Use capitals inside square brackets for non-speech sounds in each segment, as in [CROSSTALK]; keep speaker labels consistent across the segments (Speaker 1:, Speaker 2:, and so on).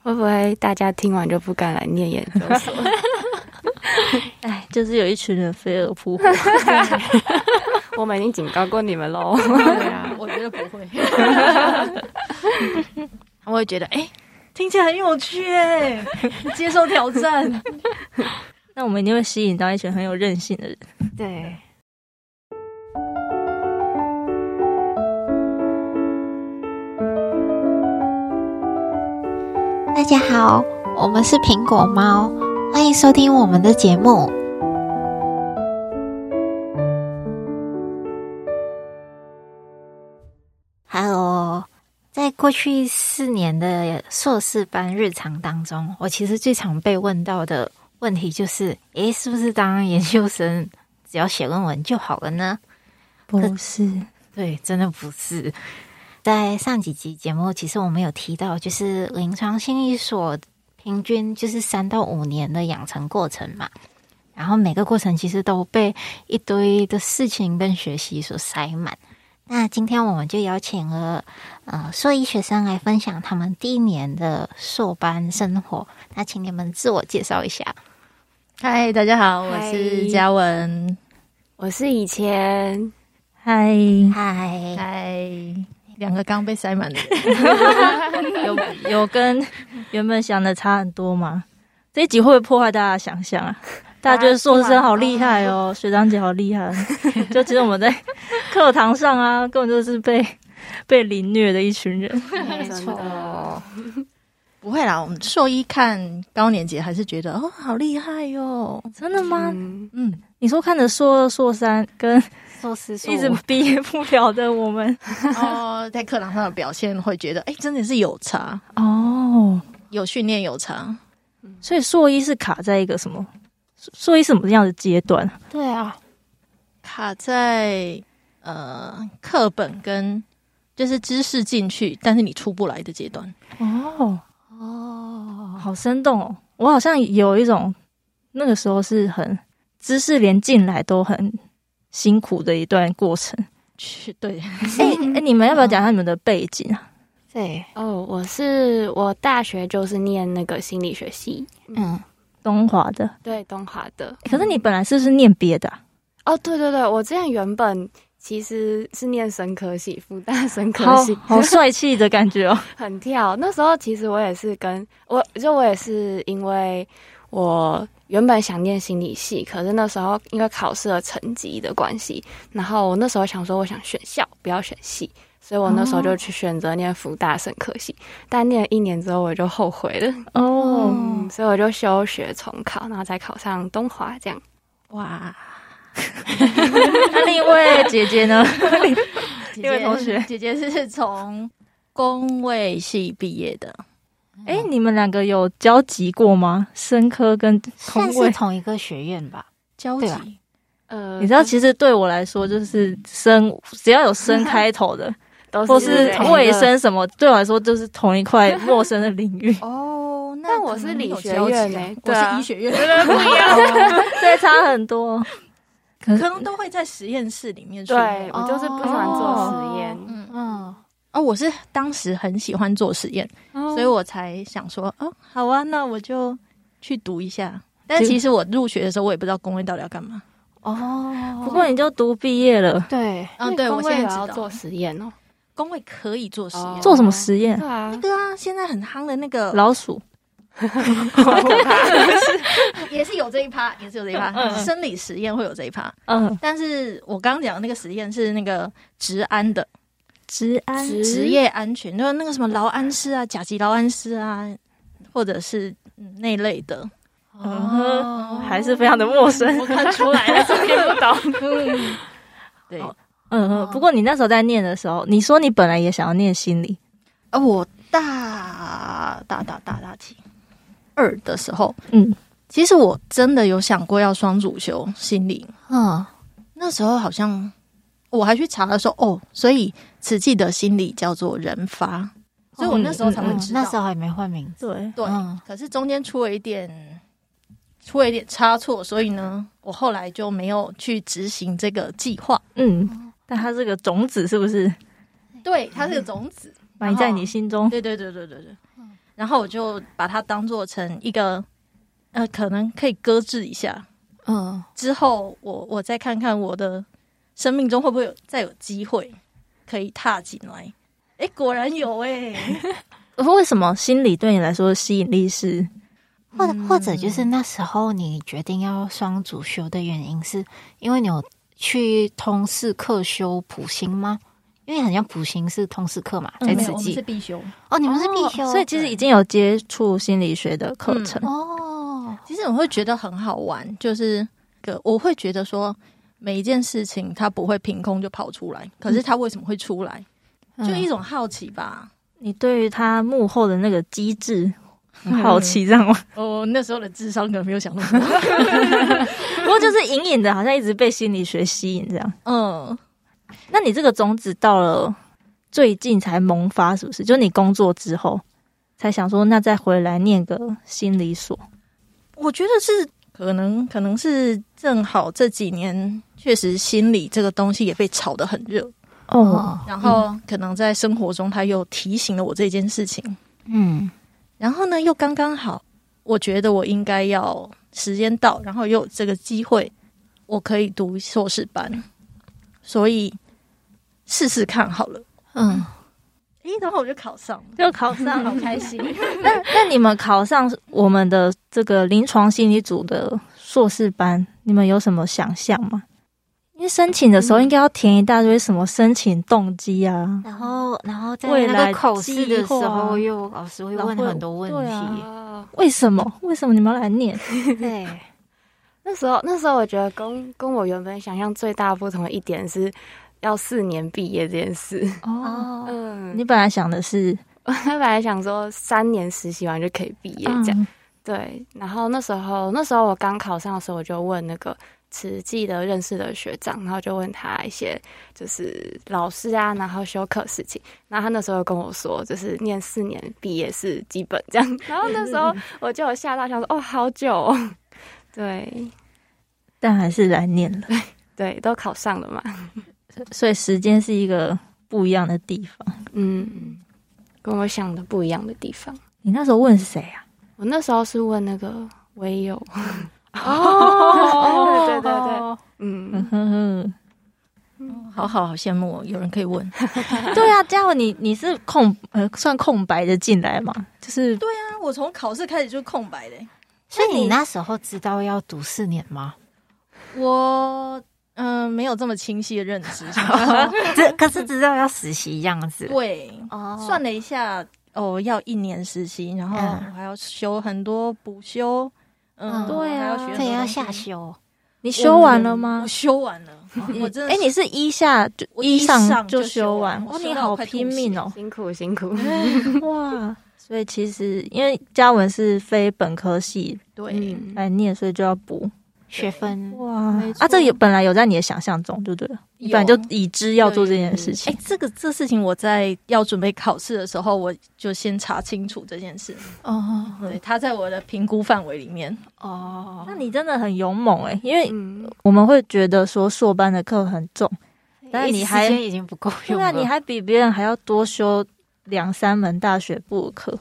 Speaker 1: 会不会大家听完就不敢来念研究所？
Speaker 2: 哎，就是有一群人飞蛾扑火。
Speaker 1: 我们已经警告过你们喽。
Speaker 3: 对啊，我觉得不会。 [LAUGHS] 我会觉得，哎、听起来很有趣哎、 [LAUGHS] 接受挑战。
Speaker 2: [LAUGHS] 那我们一定会吸引到一群很有韧性的人。
Speaker 1: 对，
Speaker 4: 大家好，我们是苹果猫，欢迎收听我们的节目。Hello，在过去四年的硕士班日常当中，我其实最常被问到的问题就是：诶，是不是当研究生只要写论文就好了呢？
Speaker 2: 不是，
Speaker 4: 对，真的不是。在上几集节目，其实我们有提到，就是临床心理所平均就是三到五年的养成过程嘛。然后每个过程其实都被一堆的事情跟学习所塞满。那今天我们就邀请了呃硕一学生来分享他们第一年的硕班生活。那请你们自我介绍一下。
Speaker 3: 嗨，大家好，我
Speaker 1: 嗨
Speaker 3: 是嘉文。
Speaker 1: 我是以前
Speaker 2: 嗨，嗯
Speaker 4: 嗨，
Speaker 3: 嗨，两个刚被塞满的人，
Speaker 2: [LAUGHS] 有有跟原本想的差很多吗？这一集会不会破坏大家的想象啊？大家觉得硕士生好厉害
Speaker 3: 啊
Speaker 2: 哦， [LAUGHS] 学长姐好厉害，就其实我们在课堂上啊，根本就是被被凌虐的一群人。
Speaker 4: 没
Speaker 1: 真的
Speaker 3: 不会啦。我们硕一看高年级，还是觉得哦，好厉害哟、
Speaker 2: 真的吗？
Speaker 1: 嗯，
Speaker 3: 嗯，
Speaker 2: 你说看着硕二、硕三跟
Speaker 4: 硕士硕
Speaker 2: 一直毕业不了的我
Speaker 3: [LAUGHS]
Speaker 2: 们，
Speaker 3: 哦，在课堂上的表现会觉得，哎、真的是有差，
Speaker 2: 哦，
Speaker 3: 有训练有差。
Speaker 2: 所以硕一是卡在一个什么？硕硕一什么样的阶段？
Speaker 4: 对啊，
Speaker 3: 卡在呃课本跟就是知识进去，但是你出不来的阶段。
Speaker 2: 哦，
Speaker 4: 哦，
Speaker 2: 好生动哦！我好像有一种那个时候是很知识连进来都很辛苦的一段过 [LAUGHS] 程。
Speaker 3: 去对，
Speaker 2: 哎、哎你们要不要讲一下你们的背景啊？
Speaker 4: 对，
Speaker 1: 哦，我是我大学就是念那个心理学系，
Speaker 4: 嗯。
Speaker 2: 东华的，
Speaker 1: 对，东华的。
Speaker 2: 可是你本来是不是念别的啊、
Speaker 1: 哦，对对对，我之前原本其实是念生科系，复旦生科
Speaker 2: 好 [LAUGHS]
Speaker 1: 系，
Speaker 2: 好帅气的感觉哦！
Speaker 1: 很跳。那时候其实我也是跟我，就我也是因为我原本想念心理系，可是那时候因为考试的成绩的关系，然后我那时候想说我想选校，不要选系，所以我那时候就去选择念福大生科系。但念了一年之后我就后悔了，
Speaker 2: [LAUGHS] 哦，
Speaker 1: 嗯，所以我就休学重考，然后才考上东华这样。
Speaker 3: 哇，
Speaker 2: 那另一位姐姐 [LAUGHS] 呢？
Speaker 3: 姐
Speaker 2: 一位同学
Speaker 3: 姐姐是从工位系毕业的，
Speaker 2: 哎、你们两个有交集过吗？生科跟
Speaker 4: 算
Speaker 2: 同
Speaker 4: 是
Speaker 2: 位
Speaker 4: 同一个学院吧。
Speaker 3: 交
Speaker 2: 啊
Speaker 4: 对吧
Speaker 3: 集。
Speaker 1: 呃，
Speaker 2: 你知道，其实对我来说，就是生只要有生开头的，
Speaker 1: 都
Speaker 2: 或哦是
Speaker 1: 同一个
Speaker 2: 卫生什么，对我来说就是同一 [LAUGHS] 块陌生的领域
Speaker 3: 哦。那
Speaker 1: 但我是理学院
Speaker 3: 呢、
Speaker 1: 欸
Speaker 3: 我
Speaker 1: 对啊
Speaker 3: 是医学
Speaker 1: [LAUGHS]
Speaker 3: 院，不一样，
Speaker 2: [LAUGHS] 对，差很多。可
Speaker 3: 可能都会在实验室里面出
Speaker 1: 对
Speaker 3: 没
Speaker 1: 我就是不喜欢做实验。
Speaker 3: 嗯
Speaker 4: 嗯，
Speaker 3: 哦，我是当时很喜欢做实验，
Speaker 1: 哦
Speaker 3: 所以我才想说，哦，好啊，那我就去读一下。但
Speaker 2: 结
Speaker 3: 其实我入学的时候，我也不知道工位到底要干嘛。
Speaker 4: 哦，
Speaker 2: 不过你就读毕业了，
Speaker 4: 对，
Speaker 3: 啊，
Speaker 1: 那
Speaker 3: 对，
Speaker 1: 工
Speaker 3: 我
Speaker 1: 位
Speaker 3: 现在
Speaker 1: 有
Speaker 3: 知
Speaker 1: 要
Speaker 3: 道
Speaker 1: 做实验哦。
Speaker 3: 工位可以做实验。
Speaker 1: 哦
Speaker 2: 做什么实验
Speaker 1: 对？啊，
Speaker 3: 对啊，现在很夯的那个，
Speaker 2: 老鼠
Speaker 3: 也是有这一趴，也是有这一
Speaker 1: 嗯
Speaker 3: 趴，生理实验会有这一趴。
Speaker 2: 嗯，
Speaker 3: 但是我刚刚讲的那个实验是那个职安的
Speaker 2: 职安
Speaker 1: 职
Speaker 3: 职业安全，就是那个什么劳安师啊、甲级劳安师啊，或者是嗯那类的。
Speaker 2: 嗯哼，还是非常的陌生。
Speaker 3: 我看出来了，
Speaker 2: 听不懂。
Speaker 3: 对，
Speaker 2: 哦 [LAUGHS] 嗯嗯，不过你那时候在念的时候，你说你本来也想要念心理，
Speaker 3: 啊，我大大大大大几二的时候，
Speaker 2: 嗯，
Speaker 3: 其实我真的有想过要双主修心理。
Speaker 4: 嗯，
Speaker 3: 那时候好像我还去查了说，哦，所以慈济的心理叫做人发，所以我那时候才会
Speaker 4: 哦嗯
Speaker 3: 知道。
Speaker 4: 那时候还没换名字。
Speaker 2: 对，
Speaker 3: 对，
Speaker 4: 嗯
Speaker 3: 可是中间出了一点出了一点差错，所以呢，我后来就没有去执行这个计划。
Speaker 2: 嗯，但它这个种子是不是
Speaker 3: 对，它是个种子，
Speaker 2: 埋在你心中？
Speaker 3: 哦对对对对对对。然后我就把它当做成一个，呃，可能可以搁置一下，
Speaker 1: 嗯，
Speaker 3: 之后我我再看看我的生命中会不会有再有机会可以踏进来。哎、果然有哎、
Speaker 2: 为什么心理对你来说吸引力是？
Speaker 4: 或者或者就是那时候你决定要双主修的原因，是因为你有去通识课修普心吗？因为好像普心是通识课嘛，
Speaker 3: 嗯
Speaker 4: 在
Speaker 3: 没
Speaker 4: 此
Speaker 3: 有，我们
Speaker 4: 季、
Speaker 3: 是必修。
Speaker 4: 哦，你们是必修，
Speaker 2: 所以其实已经有接触心理学的课程。
Speaker 4: 哦，
Speaker 3: 其实我会觉得很好玩，就是个我会觉得说，每一件事情它不会凭空就跑出来，可是它为什么会出来？
Speaker 4: 嗯
Speaker 3: 就一种好奇吧。
Speaker 2: 你对于他幕后的那个机制
Speaker 3: 嗯
Speaker 2: 很好奇，这样
Speaker 3: [LAUGHS]
Speaker 2: 吗？
Speaker 3: 哦，那时候的智商可能没有想那么多。
Speaker 2: 不过就是隐隐的，好像一直被心理学吸引这样。
Speaker 3: [LAUGHS] 嗯，
Speaker 2: 那你这个种子到了最近才萌发，是不是？就你工作之后才想说，那再回来念个心理所。
Speaker 3: 我觉得是可能可能是正好这几年确实心理这个东西也被炒得很热，
Speaker 2: 哦，
Speaker 3: 然后可能在生活中他又提醒了我这件事情，
Speaker 4: 嗯，
Speaker 3: 然后呢又刚刚好，我觉得我应该要时间到，然后又有这个机会，我可以读硕士班，所以试试看好了。
Speaker 4: 嗯，
Speaker 3: 诶，然后我就考上了。
Speaker 2: 就考
Speaker 3: [LAUGHS]
Speaker 2: 上了。
Speaker 3: 开心，
Speaker 2: 那那你们考上我们的这个临床心理组的硕士班，你们有什么想象吗？因为申请的时候
Speaker 3: 嗯
Speaker 2: 应该要填一大堆什么申请动机啊，
Speaker 4: 然后然后在
Speaker 2: 未
Speaker 4: 那
Speaker 2: 来
Speaker 4: 个口试的时
Speaker 2: 计划
Speaker 4: 候，又老师会问很多问
Speaker 2: 对
Speaker 3: 嗯
Speaker 4: 题，
Speaker 1: 哦，
Speaker 2: 为什么？为什么你们要来念？
Speaker 4: 对，
Speaker 1: 那时候那时候我觉得跟跟我原本想象最大的不同的一点是要四年毕业这件事。
Speaker 2: 哦，
Speaker 4: 哦，
Speaker 1: 嗯，
Speaker 2: 你本来想的是
Speaker 1: 我 [LAUGHS] 本来想说三年实习完就可以毕业
Speaker 2: 嗯
Speaker 1: 这样。对，然后那时候那时候我刚考上的时候，我就问那个慈济的认识的学长，然后就问他一些就是老师啊，然后修课事情。然后他那时候跟我说，就是念四年毕业是基本这样。然后那时候我就有吓到，想说哦，好久、哦。对
Speaker 2: 但还是来念了，
Speaker 1: 对，都考上了嘛。
Speaker 2: 所以时间是一个不一样的地方。
Speaker 1: 嗯， [LAUGHS] 跟我想的不一样的地方。
Speaker 2: 你那时候问谁啊？
Speaker 1: 我那时候是问那个唯有，
Speaker 2: 哦
Speaker 1: [LAUGHS] 对对对对，嗯，
Speaker 2: 嗯
Speaker 3: 好好好羡慕哦，有人可以问。 [LAUGHS]
Speaker 2: 哼，对啊，嘉文，你你是空呃算空白的进来嘛？就是
Speaker 3: 对啊，我从考试开始就空白嘞。
Speaker 4: 所以你那时候知道要读四年吗？
Speaker 3: 我嗯、没有这么清晰的认知，
Speaker 2: [LAUGHS]
Speaker 4: 这可 [LAUGHS] 是知道要实习这样子，
Speaker 3: 对，
Speaker 4: 哦
Speaker 3: 算了一下，哦，要一年实习，然后
Speaker 4: 嗯
Speaker 3: 我还要修很多补修，嗯，
Speaker 4: 嗯
Speaker 2: 对啊
Speaker 3: 还要学很多
Speaker 4: 这也要
Speaker 3: 东西
Speaker 4: 下哦修，
Speaker 2: 你修完了
Speaker 3: 我
Speaker 2: 吗？
Speaker 3: 修完
Speaker 2: [LAUGHS]
Speaker 3: 了，我真的
Speaker 2: 哎，你是一下就
Speaker 3: 我
Speaker 2: 一
Speaker 3: 一
Speaker 2: 上
Speaker 3: 上
Speaker 2: 就
Speaker 3: 就
Speaker 2: 修
Speaker 3: 修
Speaker 2: 完
Speaker 3: 完，
Speaker 2: 哇，
Speaker 3: 我
Speaker 2: 你
Speaker 3: 修到
Speaker 2: 好
Speaker 3: 快吐
Speaker 2: 拼命
Speaker 1: [LAUGHS]
Speaker 2: 哦！
Speaker 1: 辛苦辛苦。
Speaker 2: 哎哇，所以其实因为嘉文是非本科系
Speaker 3: 对，
Speaker 1: 嗯
Speaker 2: 来念，所以就要补
Speaker 4: 学分
Speaker 2: 哇
Speaker 3: 没错
Speaker 2: 啊，这有本来有在你的想象中，对不对了？你
Speaker 3: 有
Speaker 2: 本来就已知要做这件事情
Speaker 3: 哎。，这个这事情我在要准备考试的时候，我就先查清楚这件事，
Speaker 4: 哦
Speaker 2: 嗯
Speaker 3: 对，它在我的评估范围里面，
Speaker 4: 哦
Speaker 2: 那你真的很勇猛哎、因为
Speaker 1: 嗯，
Speaker 2: 我们会觉得说硕班的课很重，但是你还
Speaker 4: 时间已经不够 [LAUGHS]
Speaker 2: 对
Speaker 4: 用
Speaker 2: 啊，
Speaker 4: 了，
Speaker 2: 你还比别人还要多修两三门大学部的课。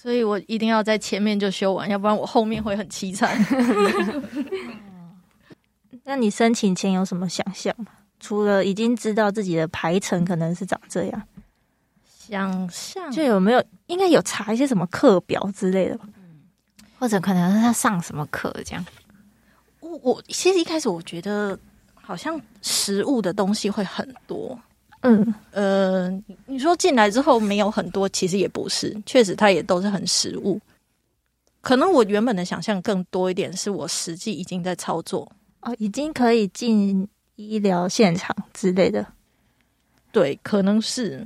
Speaker 3: 所以我一定要在前面就修完，要不然我后面会很
Speaker 2: [LAUGHS]
Speaker 3: 凄惨。
Speaker 2: 那你申请前有什么想象吗？除了已经知道自己的排程可能是长这样，
Speaker 3: 想象
Speaker 2: 就有没有应该有查一些什么课表之类的吧？
Speaker 4: 或者可能是要上什么课这样，
Speaker 3: 我我其实一开始我觉得好像食物的东西会很多，
Speaker 2: 嗯，
Speaker 3: 呃，你你说进来之后没有很多，其实也不是，确实它也都是很食物。可能我原本的想象更多一点，是我实际已经在操作，
Speaker 2: 哦，已经可以进医疗现场之类的，
Speaker 3: 对，可能是，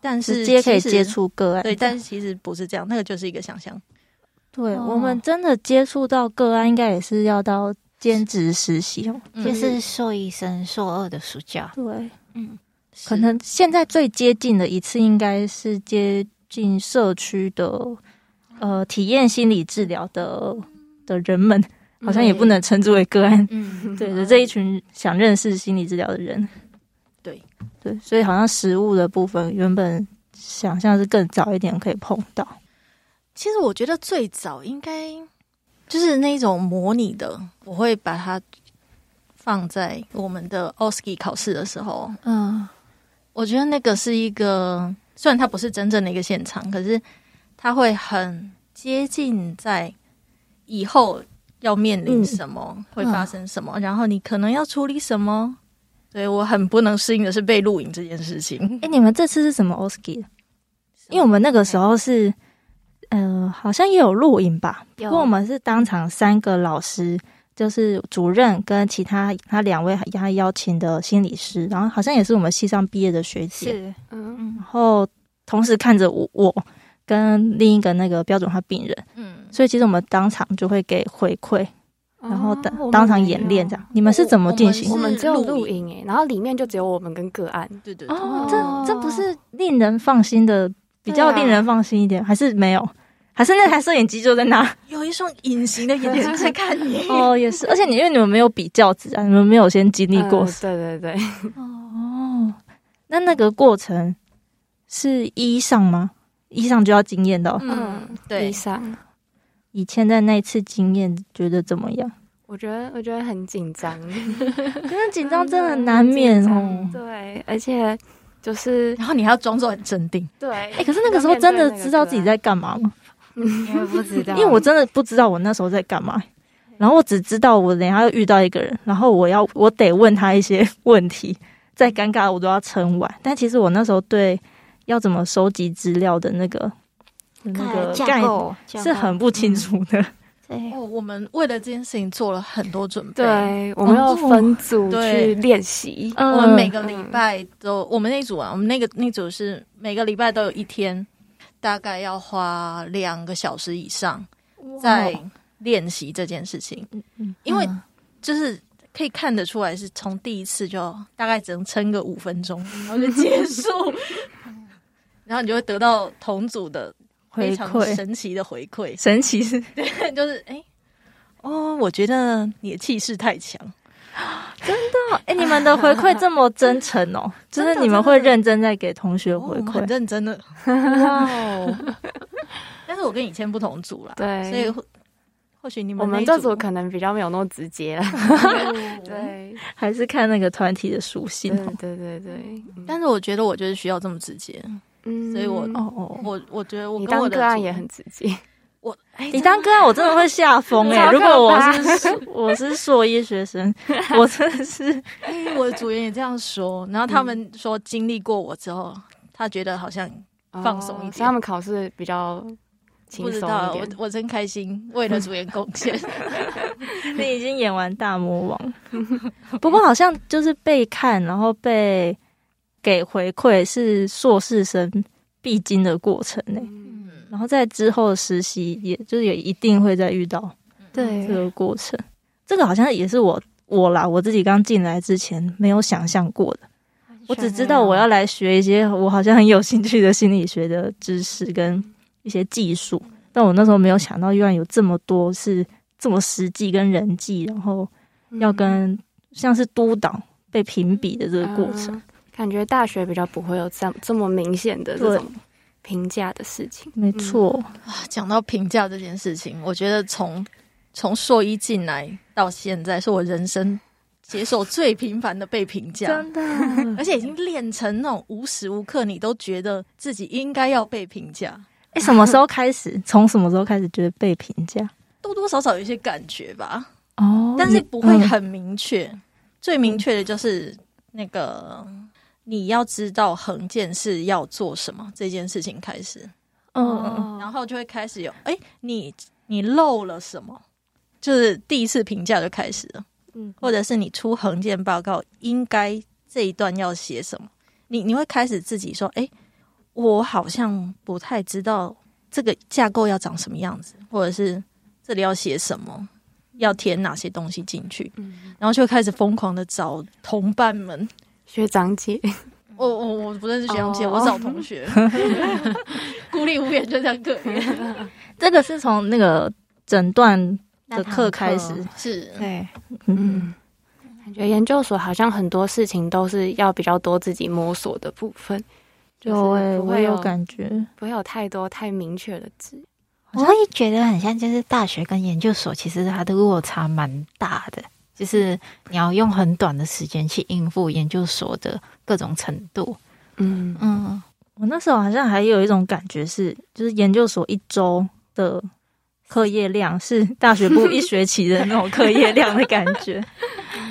Speaker 3: 但是
Speaker 2: 直接可以
Speaker 3: 其实
Speaker 2: 接，触个案。
Speaker 3: 对，但是其实不是这样，那个就是一个想象，
Speaker 2: 对、
Speaker 4: 哦
Speaker 2: 我们真的接触到个案，应该也是要到兼职实习哦。
Speaker 3: 嗯
Speaker 4: 就是硕一升硕二的暑假，
Speaker 2: 对，
Speaker 4: 嗯，
Speaker 2: 可能现在最接近的一次应该是接近社区的，呃，体验心理治疗的的人们，好像也不能称之为个案。
Speaker 4: 嗯，
Speaker 2: 对的，这一群想认识心理治疗的人，
Speaker 3: 对
Speaker 2: 对，所以好像食物的部分原本想象是更早一点可以碰到。
Speaker 3: 其实我觉得最早应该就是那种模拟的，我会把它放在我们的 OSCE 考试的时候。
Speaker 4: 嗯，
Speaker 3: 我觉得那个是一个，虽然它不是真正的一个现场，可是它会很接近在以后要面临什么，
Speaker 2: 嗯
Speaker 3: 会发生什么，然后你可能要处理什么。对我很不能适应的是被录影这件事情。
Speaker 2: 哎、你们这次是什么 OSKI？因为我们那个时候是，呃，好像也有录影吧，
Speaker 4: 有
Speaker 2: 不过我们是当场三个老师，就是主任跟其他他两位他邀请的心理师，然后好像也是我们系上毕业的学姐，
Speaker 4: 是
Speaker 1: 嗯，
Speaker 2: 然后同时看着我我跟另一个那个标准化病人，
Speaker 3: 嗯，
Speaker 2: 所以其实我们当场就会给回馈，然后当、
Speaker 1: 哦
Speaker 2: 当场演练这。样。你们是怎么进行
Speaker 1: 我？们没有我们只有
Speaker 3: 是录
Speaker 1: 录影欸诶，然后里面就只有我们跟个案，
Speaker 3: 对对对。
Speaker 2: 哦，
Speaker 1: 哦啊
Speaker 2: 这这不是令人放心的，比较令人放心一点，还是没有？还是那台摄影机就
Speaker 1: [LAUGHS]
Speaker 2: 在那？。
Speaker 3: 有一双隐形的眼睛在看你
Speaker 2: 哦，也是，而且你因为你们没有比较值啊，你们没有先经历过
Speaker 1: 嗯，对对对，
Speaker 2: 哦。那那个过程是一上吗？一上就要经验
Speaker 3: [LAUGHS]
Speaker 2: 到。
Speaker 1: 嗯，以
Speaker 3: 对，
Speaker 1: 上。
Speaker 2: 以前的那一次经验，觉得怎么样？
Speaker 1: 我觉得，我觉得很紧张，
Speaker 2: 嗯可是 [LAUGHS] 紧张真的很难
Speaker 1: 嗯
Speaker 2: 免哦。
Speaker 1: 对，而且就是
Speaker 3: 然后你还要装作很镇定。
Speaker 1: 对，
Speaker 2: 哎、可是那个时候真的知道自己在干嘛吗？
Speaker 4: [LAUGHS] 因为不知道，
Speaker 2: 因为我真的不知道我那时候在干嘛，然后我只知道我等一下要遇到一个人，然后我要我得问他一些问题，再尴尬我都要撑完。但其实我那时候对要怎么收集资料的那个那个概
Speaker 4: 架
Speaker 2: 念
Speaker 4: 构
Speaker 2: 是很不清。楚的。
Speaker 4: 架构嗯对
Speaker 3: 哦，我们为了这件事情做了很多准备。，
Speaker 1: 对，我们
Speaker 3: 哦
Speaker 1: 要分组去练习，
Speaker 2: 嗯
Speaker 3: 我们每个礼拜都，我们那组啊，我们那个那组是每个礼拜都有一天，大概要花两个小时以上在练习这件事情，
Speaker 2: 嗯
Speaker 3: 因为
Speaker 4: 嗯
Speaker 3: 就是。可以看得出来，是从第一次就大概只能撑个五
Speaker 2: [LAUGHS]
Speaker 3: 分钟，然后就结束，然后你就会得到同组的非
Speaker 2: 回
Speaker 3: 常
Speaker 2: 馈
Speaker 3: 神奇的回馈，
Speaker 2: 神奇是
Speaker 3: 就是哎、哦，我觉得你的气势太强，
Speaker 2: [LAUGHS] 哎、你们的回馈这么真诚哦，就
Speaker 3: 真的
Speaker 2: 是你们会认真在给同学回
Speaker 3: 哦我们很
Speaker 2: 馈，
Speaker 3: 认真的。
Speaker 2: 哇哦，
Speaker 3: [LAUGHS] 但是我跟以前不同组啦，
Speaker 1: 对
Speaker 3: 所以或或许你们
Speaker 1: 我们
Speaker 3: 那
Speaker 1: 这
Speaker 3: 一组
Speaker 1: 组可能比较没有那么直
Speaker 3: [LAUGHS]
Speaker 1: 接了，对，
Speaker 2: 还是看那个团体的属性
Speaker 1: 对
Speaker 2: 哦。
Speaker 1: 对对对，
Speaker 3: 但是我觉得我就是需要这么直接。
Speaker 1: 嗯
Speaker 3: 嗯所以我
Speaker 2: 哦哦，
Speaker 3: 我我觉得我
Speaker 1: 你
Speaker 3: 跟我
Speaker 1: 当
Speaker 3: 的
Speaker 1: 个案
Speaker 3: 组
Speaker 1: 也很直接，
Speaker 3: 我哎，
Speaker 2: 你当哥啊，我真的会吓疯哎！
Speaker 1: 超可怕
Speaker 2: 如果我是我是硕一学生，我真的是
Speaker 3: 真哎的我的组员也这样说，然后
Speaker 1: 嗯
Speaker 3: 他们说经历过我之后，他觉得好像 [LAUGHS] 放松一点
Speaker 1: 哦所以他们考试比较
Speaker 3: 不
Speaker 1: 轻
Speaker 3: 知
Speaker 1: 松
Speaker 3: 道，
Speaker 1: 一
Speaker 3: 我
Speaker 1: 点。
Speaker 3: 我真开心，为了组员贡献。
Speaker 2: 你已经演完大魔王，不过好像就是被看，然后被给回馈是硕士生必经的过程欸呢、
Speaker 1: 嗯
Speaker 2: 然后在之后的实习，也就是也一定会再遇到这
Speaker 1: 对，
Speaker 2: 个过程。这个好像也是我我啦，我自己刚进来之前没有想象过的。我只知道我要来学一些我好像很有兴趣的心理学的知识跟一些技术，但我那时候没有想到，原来有这么多是这么实际跟人际，然后
Speaker 1: 嗯
Speaker 2: 嗯要跟像是督导被评比的这个过程。
Speaker 1: 嗯感觉大学比较不会有这样这么明显的这
Speaker 2: 对
Speaker 1: 种评价的事情。
Speaker 2: 没错，
Speaker 3: 讲到评价这件事情，我觉得从从硕一进来到现在，是我人生接受最频繁的被评价，
Speaker 2: 真 [LAUGHS] 的。
Speaker 3: 而且已经练成那种无时无刻你都觉得自己应该要被评价，
Speaker 2: 哎、什么时候开始？从什么时候开始觉得被评价？
Speaker 3: 多多少少有一些感觉吧，
Speaker 2: 哦
Speaker 3: 但是不会
Speaker 2: 嗯
Speaker 3: 很明确。最明确的就是那个你要知道横件是要做什么这件事情开始，
Speaker 2: 嗯嗯嗯
Speaker 3: 然后就会开始有哎、你你漏了什么，就是第一次评价就开始了，
Speaker 2: 嗯，
Speaker 3: 或者是你出横件报告应该这一段要写什么，你你会开始自己说，哎、我好像不太知道这个架构要长什么样子，或者是这里要写什么，要填哪些东西进去，
Speaker 1: 嗯，
Speaker 3: 然后就开始疯狂的找同伴们。
Speaker 1: 学长姐，
Speaker 3: 我我哦我不认识学长姐
Speaker 1: 哦
Speaker 3: 我找同 [LAUGHS] 学，孤立无援就这样可怜。
Speaker 2: 这个是从那个诊断的
Speaker 4: 那堂
Speaker 2: 课开始。
Speaker 3: 是，
Speaker 1: 对，
Speaker 2: 嗯，
Speaker 1: 嗯，感觉研究所好像很多事情都是要比较多自己摸索的部分，就是
Speaker 2: 有哎、
Speaker 1: 不
Speaker 2: 我
Speaker 1: 会
Speaker 2: 有
Speaker 1: 有
Speaker 2: 感觉。
Speaker 1: 不会有太多太明确的指。
Speaker 4: 我会觉得很像，就是大学跟研究所，其实它的落差蛮大的。就是你要用很短的时间去应付研究所的各种程度。
Speaker 1: 嗯，
Speaker 4: 嗯，
Speaker 2: 我那时候好像还有一种感觉是，就是研究所一周的课业量是大学部一学期的那种课业量的感
Speaker 3: [LAUGHS]
Speaker 2: 觉。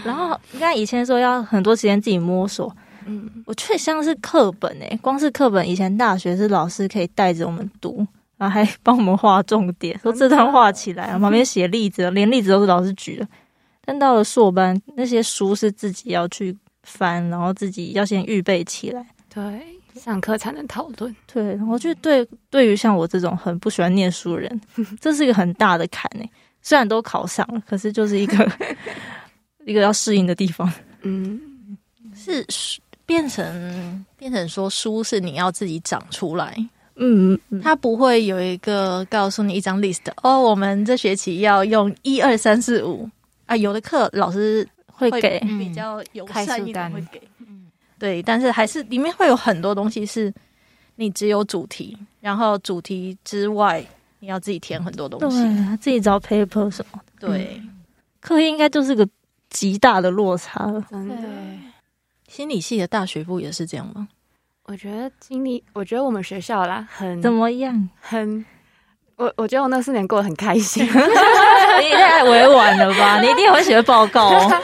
Speaker 2: 然后应该以前说要很多时间自己摸索，
Speaker 1: 嗯，
Speaker 2: 我确实像是课本诶、光是课本以前大学是老师可以带着我们读。然后还帮我们画重点，说这段画起来，然后旁边写例子，连例子都是老师举的。但到了硕班，那些书是自己要去翻，然后自己要先预备起来。
Speaker 1: 对，上课才能讨论。
Speaker 2: 对，我觉得对对于像我这种很不喜欢念书的人， [LAUGHS] 这是一个很大的坎诶、虽然都考上了，可是就是一 [LAUGHS] 个一个要适应的地方。
Speaker 1: 嗯，
Speaker 3: 是书变成变成说书是你要自己长出来，
Speaker 2: 嗯，嗯
Speaker 3: 它不会有一个告诉你一张 list 哦，我们这学期要用一二三四五啊，有的课老师
Speaker 2: 会给
Speaker 4: 嗯
Speaker 3: 比较友善
Speaker 4: 开
Speaker 3: 一点
Speaker 4: 书单
Speaker 3: 会给，对，但是还是里面会有很多东西是你只有主题，然后主题之外你要自己填很多东西，
Speaker 2: 对啊，自己找 paper 什么的，
Speaker 3: 对。嗯
Speaker 2: 课业应该就是个极大的落差了。
Speaker 1: 真的，
Speaker 3: 心理系的大学部也是这样吗？
Speaker 1: 我觉得经历，我觉得我们学校啦，很
Speaker 2: 怎么 [LAUGHS] 样？
Speaker 1: 很，我我觉得我那四年过得很开心，
Speaker 2: 你也太委婉了吧？你一定会写报告 [LAUGHS] 哦。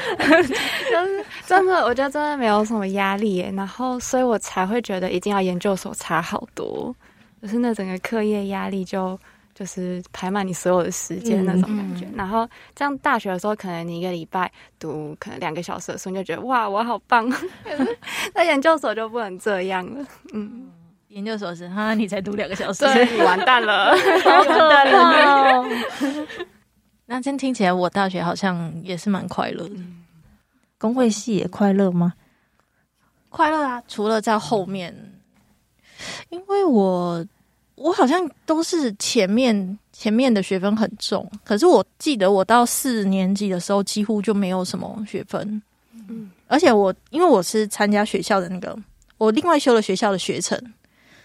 Speaker 1: [LAUGHS] 真的，我觉得真的没有什么压力耶。然后，所以我才会觉得一定要研究所差好多，就是那整个课业压力就就是排满你所有的时间那种感觉。
Speaker 4: 嗯
Speaker 1: 然后，这样大学的时候，可能你一个礼拜读可能两个小时的书，你就觉得哇，我好
Speaker 4: [LAUGHS]
Speaker 1: 棒。可是在研究所就不能这样了，嗯，
Speaker 3: 研究所是哈，你才读两个小时，
Speaker 1: 所以你完蛋
Speaker 4: [LAUGHS]
Speaker 1: 了。
Speaker 2: 好可怕哦！
Speaker 3: [LAUGHS] 那这样听起来，我大学好像也是蛮快乐的。
Speaker 2: 工会系也快乐吗？
Speaker 3: 快乐啊！除了在后面，嗯因为我我好像都是前面前面的学分很重，可是我记得我到四年级的时候几乎就没有什么学分，
Speaker 1: 嗯
Speaker 3: 而且我因为我是参加学校的那个，我另外修了学校的学程，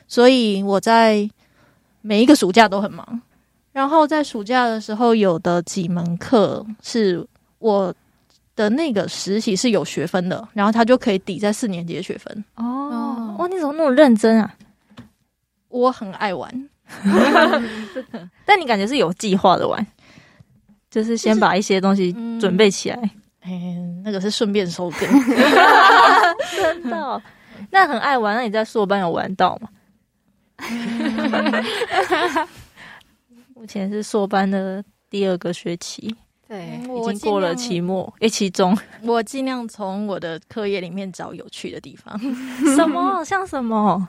Speaker 3: 所以我在每一个暑假都很忙。然后在暑假的时候，有的几门课是我的那个实习是有学分的，然后他就可以抵在四年级的学分。
Speaker 2: 哦，哇，你怎么那么认真啊？
Speaker 3: 我很爱玩，
Speaker 2: 但你感觉是有计划的玩，就是先把一些东西
Speaker 3: 嗯
Speaker 2: 准备起来。
Speaker 3: 嗯，那个是顺便收 [LAUGHS] 编。
Speaker 2: 真的哦、 [LAUGHS] 那很爱玩。那你在硕班有玩到 [LAUGHS] 吗？目前是硕班的第二个学期，
Speaker 4: 对
Speaker 2: 已
Speaker 3: 我
Speaker 2: 经过了期末，诶，期中。
Speaker 3: 我尽量从我的课业里面找有趣的地方。 [LAUGHS]
Speaker 2: 什么？像什么？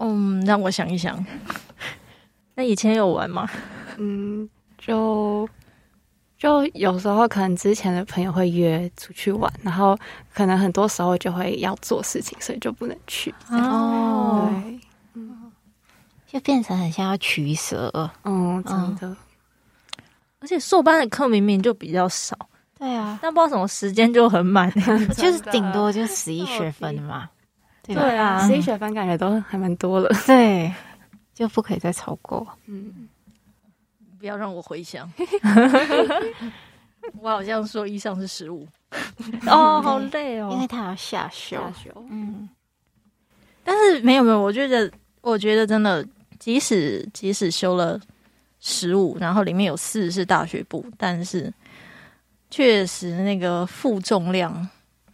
Speaker 3: 嗯，让我想一想，
Speaker 2: [LAUGHS] 那以前有玩吗？
Speaker 1: 嗯，就就有时候可能之前的朋友会约出去玩，然后可能很多时候就会要做事情，所以就不能去。
Speaker 2: 哦，
Speaker 1: 对，
Speaker 4: 就变成很像要取舍。
Speaker 1: 嗯，真的，
Speaker 2: 而且硕班的课明明就比较少，
Speaker 4: 对啊，
Speaker 2: 但不知道什么时间就很满。 [LAUGHS]
Speaker 4: 就是顶多就十一学分嘛，对吧？
Speaker 2: 啊
Speaker 1: 十一学分感觉都还蛮多了。
Speaker 4: 对，就不可以再超过。
Speaker 1: 嗯，
Speaker 3: 不要让我回想。 [LAUGHS] 我好像说以上是十五，
Speaker 2: 哦，好累
Speaker 4: 因
Speaker 2: 哦
Speaker 4: 为。他要下修。
Speaker 1: 大
Speaker 3: 哦
Speaker 1: 学，
Speaker 4: 嗯，
Speaker 3: 但是没有没有，我觉得我觉得真的，即使即使修了十五，然后里面有四是大学部，但是确实那个负重量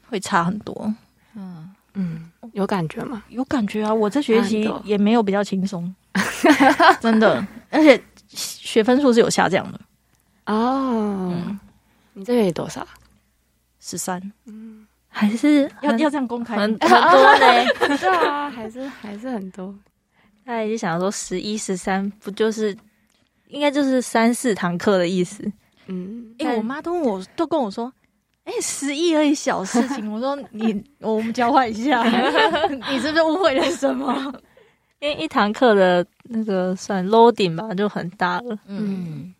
Speaker 3: 会差很多。
Speaker 1: 嗯，有感觉吗？
Speaker 3: 有感觉啊！我这学期
Speaker 1: 差很多
Speaker 3: 也没有比较轻松，
Speaker 2: [LAUGHS]
Speaker 3: 真的，而且学分数是有下降的，
Speaker 1: 哦，
Speaker 3: 嗯
Speaker 1: 你这个有多少？
Speaker 3: 十三，
Speaker 2: 还是
Speaker 3: 要
Speaker 2: 很
Speaker 3: 要这样公开
Speaker 2: 很很多 [LAUGHS] 嘞。
Speaker 1: 对啊，还是 [LAUGHS] 还是很多。
Speaker 2: 他也是想说十一、十三不就是应该就是三四堂课的意思？
Speaker 1: 嗯，
Speaker 3: 哎、我妈都问我，都跟我说，哎、十一而已小事情。我
Speaker 2: [LAUGHS]
Speaker 3: 说你，我们交换一下，你是不是误会了什么？
Speaker 2: 因为一堂课的那个算 loading 吧，就很大了。
Speaker 3: 嗯，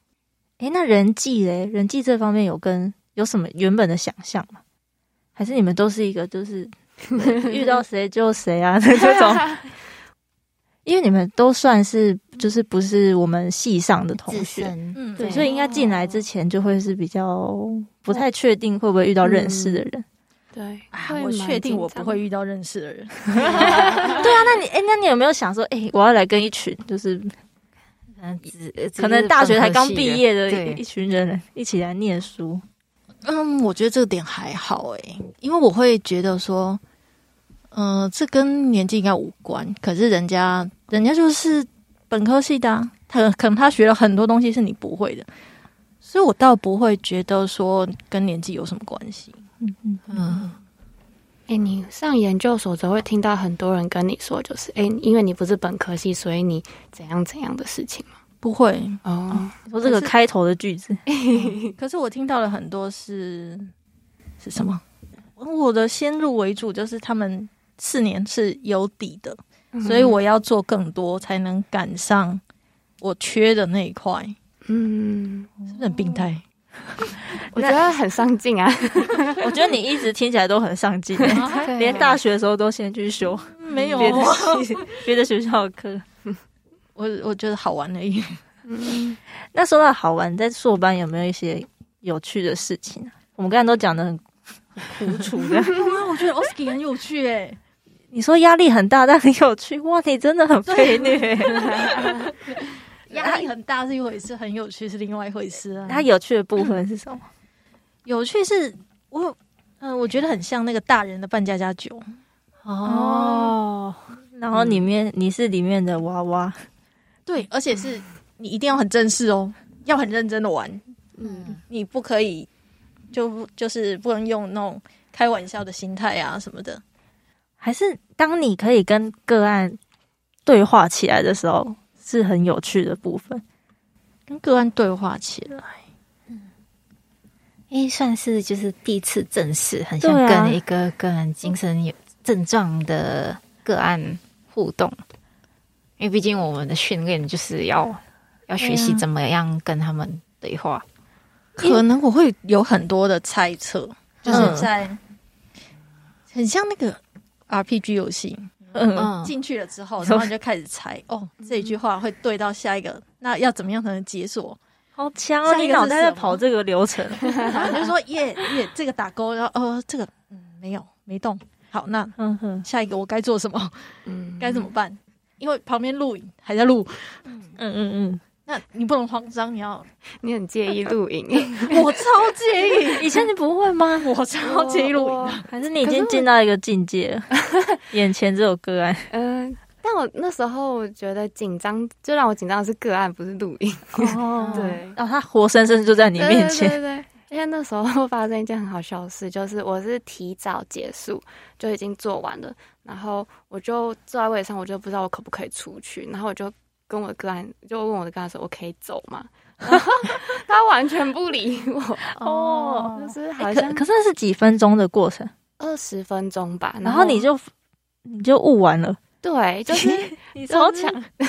Speaker 2: 诶，那人际嘞，人际这方面有跟有什么原本的想象 [LAUGHS] 吗？ [LAUGHS] 还是你
Speaker 3: 嗯
Speaker 2: 们都是一个就是遇到谁就谁啊的这种？ [LAUGHS] 因为你们都算是就是不是我们系上的同
Speaker 4: 自
Speaker 2: 学，
Speaker 4: 身，
Speaker 3: 嗯
Speaker 2: 对，
Speaker 4: 对
Speaker 2: 所以应该进来之前就会是比较不太确定会不会遇到认识的人。
Speaker 1: 对，
Speaker 3: 啊
Speaker 1: 会
Speaker 3: 我
Speaker 1: 蛮
Speaker 3: 确定
Speaker 1: 紧
Speaker 3: 我不
Speaker 1: 张
Speaker 3: 会遇到认识的人，
Speaker 2: 对啊，那你哎、那你有没有想说，哎、我要来跟一群就是
Speaker 4: 嗯，只只
Speaker 2: 可能
Speaker 4: 是
Speaker 2: 大学
Speaker 4: 本
Speaker 2: 才
Speaker 4: 科
Speaker 2: 刚
Speaker 4: 系
Speaker 2: 毕业的
Speaker 4: 对
Speaker 2: 一一群人 [LAUGHS] 一起来念书？
Speaker 3: 嗯，我觉得这个点还好诶、因为我会觉得说，嗯、这跟年纪应该无关。可是人家，人家就是本科系的、啊，他可能他学了很多东西是你不会的，所以我倒不会觉得说跟年纪有什么关系。
Speaker 2: 嗯嗯
Speaker 3: 嗯，
Speaker 1: 哎、你上研究所则会听到很多人跟你说，就是哎、因为你不是本科系，所以你怎样怎样的事情嘛。
Speaker 3: 不会。嗯
Speaker 1: 哦，
Speaker 2: 你说这个
Speaker 3: 可是
Speaker 2: 开头的句子，
Speaker 3: 可是我听到了很多是是什么？我的先入为主就是他们四年是有底的，
Speaker 1: 嗯
Speaker 3: 所以我要做更多才能赶上我缺的那一块，
Speaker 1: 嗯，
Speaker 3: 是不是很病态？
Speaker 1: 我觉得很上进啊。
Speaker 2: 哎我觉得你一直听起来都很上 [LAUGHS] 进、
Speaker 4: [LAUGHS]
Speaker 2: 连
Speaker 4: 啊
Speaker 2: 大学的时候都先去修
Speaker 3: 没有
Speaker 2: 别的 [LAUGHS] 系别的学校的课。
Speaker 3: 我我觉得好玩而已。
Speaker 1: 嗯，
Speaker 2: 那说到好玩，在硕班有没有一些有趣的事情啊？我们刚才都讲的很很苦楚的，
Speaker 3: 哇，我觉得 Oski 很有趣哎，
Speaker 2: 你说压力很大，但很有趣。哇，你真的很被 [LAUGHS] 虐。
Speaker 3: 压力很大是一回事，很有趣是另外一回事啊。
Speaker 2: 它有趣的部分是什么？
Speaker 3: 有趣是我，嗯、我觉得很像那个大人的扮家家酒。哦
Speaker 2: 哦，然后里面、你是里面的娃娃，
Speaker 3: 对，而且是你一定要很正式哦，要很认真的玩，
Speaker 4: 嗯，
Speaker 3: 你不可以就就是不能用那种开玩笑的心态啊什么的。
Speaker 2: 还是当你可以跟个案对话起来的时候，是很有趣的部分。
Speaker 3: 跟个案对话起来，
Speaker 4: 因为算是就是第一次正式，很像
Speaker 2: 对啊
Speaker 4: 跟一个个人精神有症状的个案互动。因为毕竟我们的训练就是要要学习
Speaker 2: 对啊
Speaker 4: 怎么样跟他们对话，
Speaker 3: 可能我会有很多的猜测，
Speaker 4: 嗯
Speaker 3: 就是在、很像那个 RPG 游戏，
Speaker 2: 嗯，
Speaker 4: 嗯，
Speaker 3: 进去了之后，然后你就开始猜，哦，这一句话会对到下一个，那要怎么样才能解
Speaker 4: [LAUGHS]
Speaker 3: 锁？
Speaker 2: 好强哦！
Speaker 3: 下一
Speaker 2: 你
Speaker 3: 个是
Speaker 2: 脑袋
Speaker 3: 什
Speaker 2: 在
Speaker 3: 么
Speaker 2: 跑这个流程，
Speaker 3: 然后你就说耶耶，这个打勾，然后呃，这个嗯没有没动，好，那
Speaker 2: [LAUGHS] 嗯哼，
Speaker 3: 下一个我该做什么？
Speaker 1: 嗯
Speaker 3: 该怎么办？因为旁边录影还在录，
Speaker 2: 嗯嗯
Speaker 3: 那你不能慌张，你 [LAUGHS] 要
Speaker 1: 你很介意录
Speaker 3: [LAUGHS]
Speaker 1: 影？
Speaker 3: 我超介意，
Speaker 2: 嗯，以前你不会 [LAUGHS] 吗？
Speaker 3: 我超介意录影，啊
Speaker 1: 我
Speaker 2: 还是你已经进到一个境界 [LAUGHS] 了？眼前只有个案，
Speaker 1: 嗯、但我那时候我觉得紧张，最让我紧张的是个案，不是录影。
Speaker 2: [LAUGHS] 哦
Speaker 1: 对，
Speaker 2: 然后他活生生就在你面
Speaker 1: [LAUGHS] 对
Speaker 2: 前，
Speaker 1: 对对对因为那时候发生一件很好笑的事，就是我是提早结束，就已经做完了，然后我就坐在位置上，我就不知道我可不可以出去，然后我就跟我个案就问我的个案说：“我可以走吗？” [LAUGHS] 然后他完全不理我，
Speaker 2: 哦
Speaker 1: 就是好
Speaker 2: 哎
Speaker 1: [LAUGHS] 像
Speaker 2: 可可是那是几分钟的过程，
Speaker 1: 二十分钟吧，
Speaker 2: 然后你就你就悟完了，
Speaker 1: 对，
Speaker 2: [LAUGHS]
Speaker 1: 就是
Speaker 2: 你
Speaker 1: 超
Speaker 2: 超
Speaker 1: 强
Speaker 2: 强，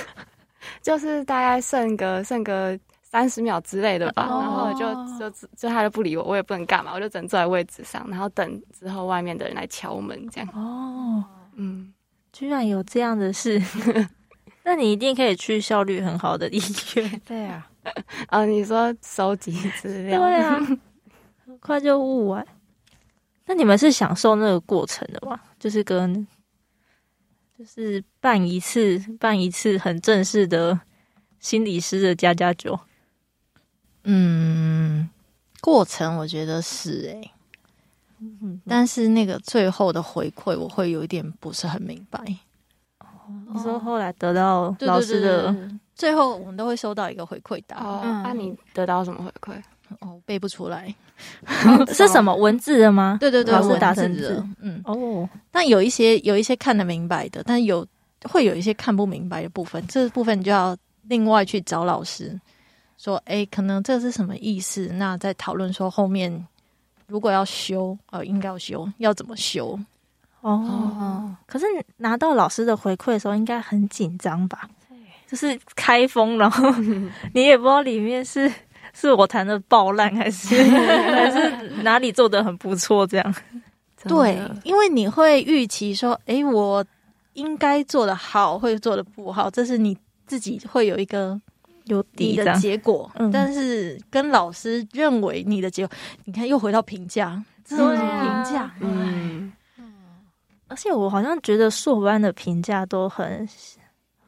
Speaker 1: 就是大概剩个剩个三十秒之类的吧，
Speaker 2: 哦
Speaker 1: 然后我就就就就他就不理我，我也不能干嘛，我就只能坐在位置上，然后等之后外面的人来敲门这样。
Speaker 2: 哦，
Speaker 1: 嗯，
Speaker 2: 居然有这样的事， [LAUGHS] 那你一定可以去效率很好的医
Speaker 3: [LAUGHS]
Speaker 2: 院，
Speaker 4: 对啊，
Speaker 1: 啊，你说收集资
Speaker 2: 对
Speaker 1: 料，
Speaker 2: 啊，很快就悟完。那你们是享受那个过程的吗？就是跟就是办一次办一次很正式的心理师的家家酒。
Speaker 3: 嗯，过程我觉得是哎、
Speaker 2: 嗯，
Speaker 3: 但是那个最后的回馈，我会有一点不是很明白。
Speaker 2: 你说后来得到
Speaker 3: 哦对
Speaker 2: 老师的，
Speaker 3: 最后我们都会收到一个回馈单，
Speaker 1: 哦，那、
Speaker 4: 嗯
Speaker 1: 你得到什么回馈？
Speaker 3: 哦，背不出来。
Speaker 2: [LAUGHS] 是什么文字的吗？
Speaker 3: 对对对，
Speaker 2: 老师
Speaker 3: 文
Speaker 2: 打
Speaker 3: 字
Speaker 2: 成字
Speaker 3: 的，嗯，
Speaker 2: 哦，
Speaker 3: 但有一些有一些看得明白的，但有会有一些看不明白的部分，这部分就要另外去找老师说，哎，可能这是什么意思？那再讨论说后面如果要修，哦，应该要修，要怎么修？
Speaker 2: 哦，
Speaker 4: 哦，
Speaker 2: 可是拿到老师的回馈的时候，应该很紧张吧？就是开封，然后 [LAUGHS] 你也不知道里面是是我弹的爆烂，还 [LAUGHS] 是还是哪里做的很不错这样。
Speaker 1: 真的
Speaker 3: 对，因为你会预期说，哎，我应该做的好，会做的不好，这是你自己会有一个
Speaker 2: 有
Speaker 3: 你
Speaker 2: 底这
Speaker 3: 的
Speaker 2: 样。
Speaker 3: 结果。
Speaker 2: 嗯
Speaker 3: 但是跟老师认为你的结果，你看又回到评价，这都是
Speaker 2: 对啊
Speaker 3: 评价。
Speaker 1: 嗯，
Speaker 2: 而且我好像觉得硕班的评价都很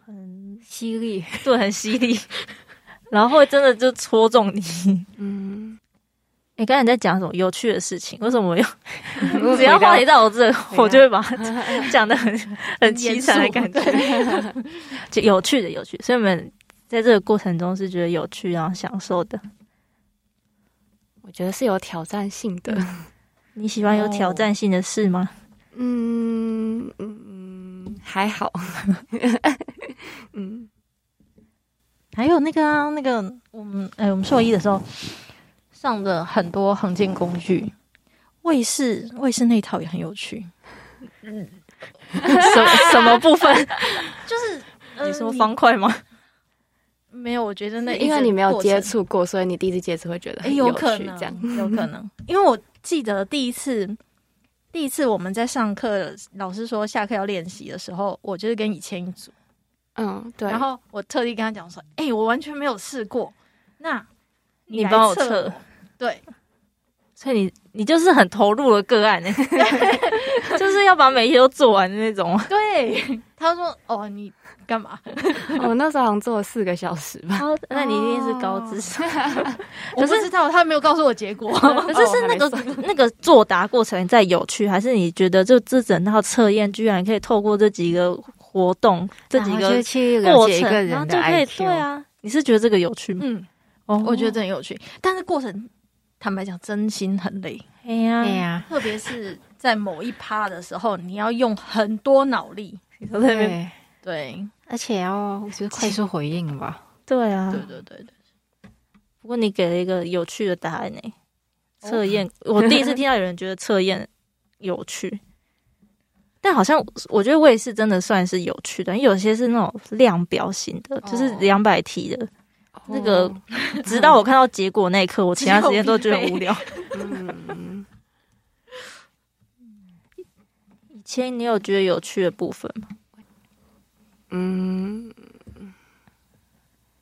Speaker 2: 很
Speaker 4: 犀利，
Speaker 2: 对，很犀利， [LAUGHS] 然后会真的就戳中你。
Speaker 1: 嗯，
Speaker 2: 你哎刚才在讲什么有趣的事情？为什么有？
Speaker 1: 只
Speaker 2: [LAUGHS] 只要话题到我这，
Speaker 1: 到
Speaker 2: 我就会把 [LAUGHS] 它讲的很很凄惨的感觉， [LAUGHS] 就有趣的有趣。所以我们在这个过程中是觉得有趣，然后享受的。
Speaker 1: 我觉得是有挑战性的。
Speaker 2: 你喜欢有挑战性的事吗？
Speaker 1: 嗯嗯，还好。嗯，
Speaker 3: 还有那个啊，那个我们哎、我们硕一的时候上的很多横件工具，卫视卫视那一套也很有趣。
Speaker 2: 什么什么部分？
Speaker 3: 呃
Speaker 2: 啊嗯你说方块吗？
Speaker 3: 没有，我觉得那
Speaker 1: 因为你没有接
Speaker 3: 触。
Speaker 1: 触过，所以你第一次接触会觉得
Speaker 3: 哎，
Speaker 1: 很
Speaker 3: 有
Speaker 1: 趣
Speaker 3: 可
Speaker 1: 这样。
Speaker 3: 能，有可能，因为我记得第一次，第一次我们在上课，老师说下课要练习的时候，我就是跟以前一组，
Speaker 1: 嗯，对。
Speaker 3: 然后我特地跟他讲说，哎、我完全没有试过，那
Speaker 2: 你
Speaker 3: 来
Speaker 2: 帮我
Speaker 3: 测
Speaker 2: 测
Speaker 3: 我，对，
Speaker 2: 所以你你就是很投入的个 [LAUGHS] 案呢、欸就是要把每一题都做完的那种。
Speaker 3: 对，他说，哦，你干嘛？
Speaker 1: [LAUGHS] 我那时候好像做了四个小时吧。
Speaker 2: 哦，那你一定是高智商。
Speaker 3: 我不知道，他没有告诉我结 [LAUGHS] 果，
Speaker 2: 哦 [LAUGHS]
Speaker 3: 哦
Speaker 2: 可是是那个、那个作答过程在有趣，还是你觉得就这整套测验居然可以透过这几个活动、这几
Speaker 4: 然后
Speaker 2: 个
Speaker 4: 就去了
Speaker 2: 过
Speaker 4: 解一个
Speaker 2: 程，然后
Speaker 4: 人
Speaker 2: 就
Speaker 4: 的
Speaker 2: 可以
Speaker 4: IQ，
Speaker 2: 对啊？你是觉得这个有趣吗？
Speaker 3: 嗯，
Speaker 2: 哦
Speaker 3: 我觉得这很有趣，但是过程，坦白讲，真心很累，
Speaker 2: 哎呀，
Speaker 4: 对啊呀，
Speaker 3: 特别是在某一趴的时候，你要用很多脑力，
Speaker 2: 你都在那边
Speaker 4: 对，
Speaker 3: 对，
Speaker 4: 而且要就是快速回应吧。
Speaker 2: 对啊
Speaker 3: 对。对对对。
Speaker 2: 不过你给了一个有趣的答案呢、测验，我第一次听到有人觉得测验有趣，但好像我觉得我也是真的算是有趣的，因为有些是那种量表型的，就是
Speaker 3: 哦
Speaker 2: 两百题的， [LAUGHS] 那个 [LAUGHS]
Speaker 1: 哦，
Speaker 2: 直到我看到结果那 [LAUGHS] 一刻，我其他时间都觉得很无聊。
Speaker 1: 嗯，
Speaker 2: [LAUGHS] 以前你有觉得有趣的部分吗？
Speaker 1: 嗯，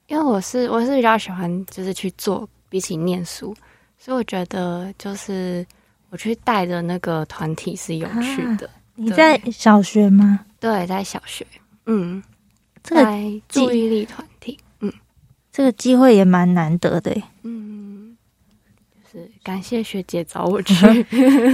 Speaker 1: 因为我是我是比较喜欢就是去做，比起念书，所以我觉得就是我去带的那个团体是有趣
Speaker 2: 啊
Speaker 1: 的。
Speaker 2: 你在小学吗？
Speaker 1: 对，在小学，嗯，
Speaker 2: 这个
Speaker 1: 在注意力团体，嗯
Speaker 2: 这个机会也蛮难得的耶，欸
Speaker 1: [LAUGHS] 嗯，就是感谢学姐找我
Speaker 2: [LAUGHS]
Speaker 1: 去，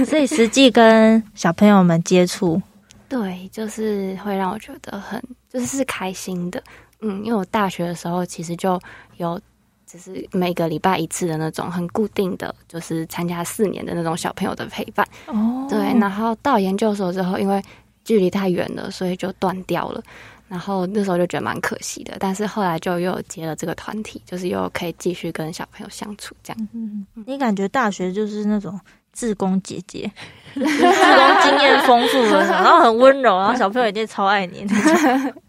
Speaker 2: 所以实际跟小朋友们接触，
Speaker 1: 对，就是会让我觉得很就是是开心的，嗯，因为我大学的时候其实就有。只是每个礼拜一次的那种很固定的，就是参加四年的那种小朋友的陪伴。
Speaker 2: 哦
Speaker 1: 对，然后到研究所之后，因为距离太远了，所以就断掉了。然后那时候就觉得蛮可惜的，但是后来就又有接了这个团体，就是又可以继续跟小朋友相处这样。
Speaker 2: 嗯，你感觉大学就是那种志工姐姐，就是志工经验丰富的，然后很温柔，然后小朋友一定超爱你那种。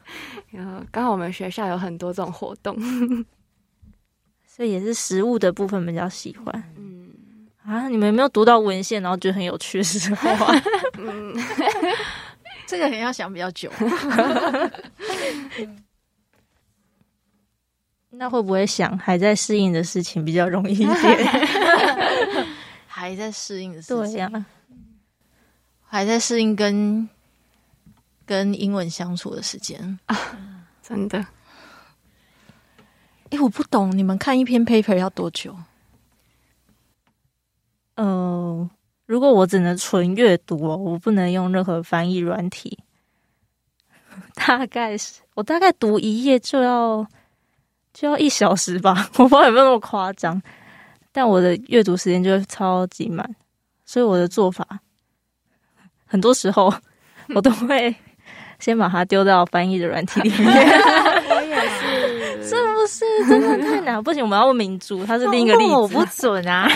Speaker 1: 然后刚好我们学校有很多这种活动，
Speaker 2: 所以也是食物的部分比较喜欢
Speaker 1: 嗯
Speaker 2: 啊。你们有没有读到文献，然后觉得很有趣的时候啊？
Speaker 1: 嗯，
Speaker 3: 这个可能要想比较 [LAUGHS] 久。
Speaker 2: 那会不会想还在适应的事情比较容易一点？
Speaker 3: 还在适应的事
Speaker 2: 对
Speaker 3: 情，
Speaker 2: 呀、
Speaker 3: 还在适应跟跟英文相处的时间。
Speaker 1: 真的，
Speaker 3: 哎，我不懂，你们看一篇 paper 要多久？
Speaker 2: 呃，如果我只能纯阅读哦，我不能用任何翻译软体，大概是我大概读一页就要就要一小时吧， [LAUGHS] 我不知道有没有那么夸张，但我的阅读时间就会超级满，所以我的做法很多时候我都会先把它丢到翻译的软体里 [LAUGHS] 面，
Speaker 3: 我也是，
Speaker 2: 是不是真的太难？不行，我们要问明珠，她是另一个例子。
Speaker 4: 我不准啊！
Speaker 2: [LAUGHS]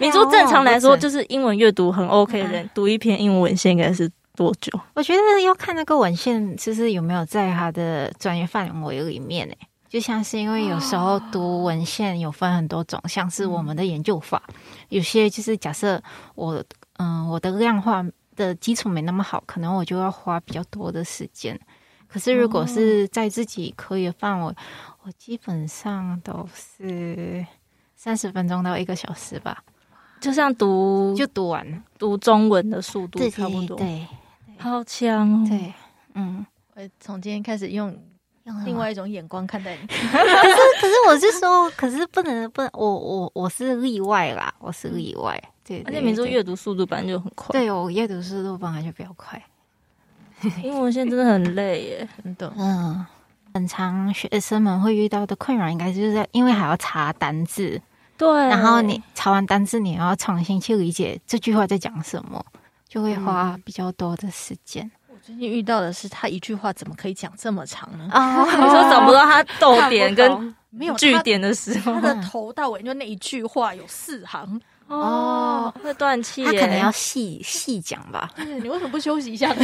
Speaker 2: 明珠正常来说就是英文阅读很 OK 的人，读一篇英文文献应该是多久？
Speaker 4: [LAUGHS] 我觉得要看那个文献，就是有没有在他的专业范围里面诶、就像是因为有时候读文献有分很多种，像是我们的研究法，有些就是假设我嗯我的量化的基础没那么好，可能我就要花比较多的时间。可是如果是在自己可以的范围，我基本上都是三十分钟到一个小时吧，
Speaker 2: 就像读
Speaker 4: 就读完了，
Speaker 2: 读中文的速度
Speaker 4: 对
Speaker 2: 差不多，
Speaker 4: 对
Speaker 2: 好强哦！
Speaker 4: 对，嗯。
Speaker 3: 我从今天开始用
Speaker 4: 用什么
Speaker 3: 另外一种眼光看待 [LAUGHS] 你。
Speaker 4: 可是我是说，可是不能不能，我我我是例外啦，我是例外。对，
Speaker 2: 而
Speaker 4: 对
Speaker 2: 且民族
Speaker 4: 对
Speaker 2: 阅读速度本来就很快，
Speaker 4: 对我阅读速度本来就比较快，
Speaker 2: 英文现在真的很累耶。
Speaker 3: 真的，
Speaker 4: 嗯，很常学生们会遇到的困扰，应该就是在因为还要查单字，
Speaker 2: 对，啊
Speaker 4: 然后你查完单字，你要重新去理解这句话在讲什么，就会花比较多的时间。
Speaker 3: 我最近遇到的是他一句话怎么可以讲这么长呢？
Speaker 4: 啊，
Speaker 2: 你
Speaker 4: [LAUGHS]
Speaker 2: 说找不到他逗点跟
Speaker 3: [LAUGHS] 没有
Speaker 2: 据
Speaker 3: 他
Speaker 2: 哦点的时候
Speaker 3: 他，的头到尾就那一句话有四行，
Speaker 2: 哦，会断气耶，
Speaker 4: 他可能要细细讲吧。
Speaker 3: 你为什么不休息一下呢？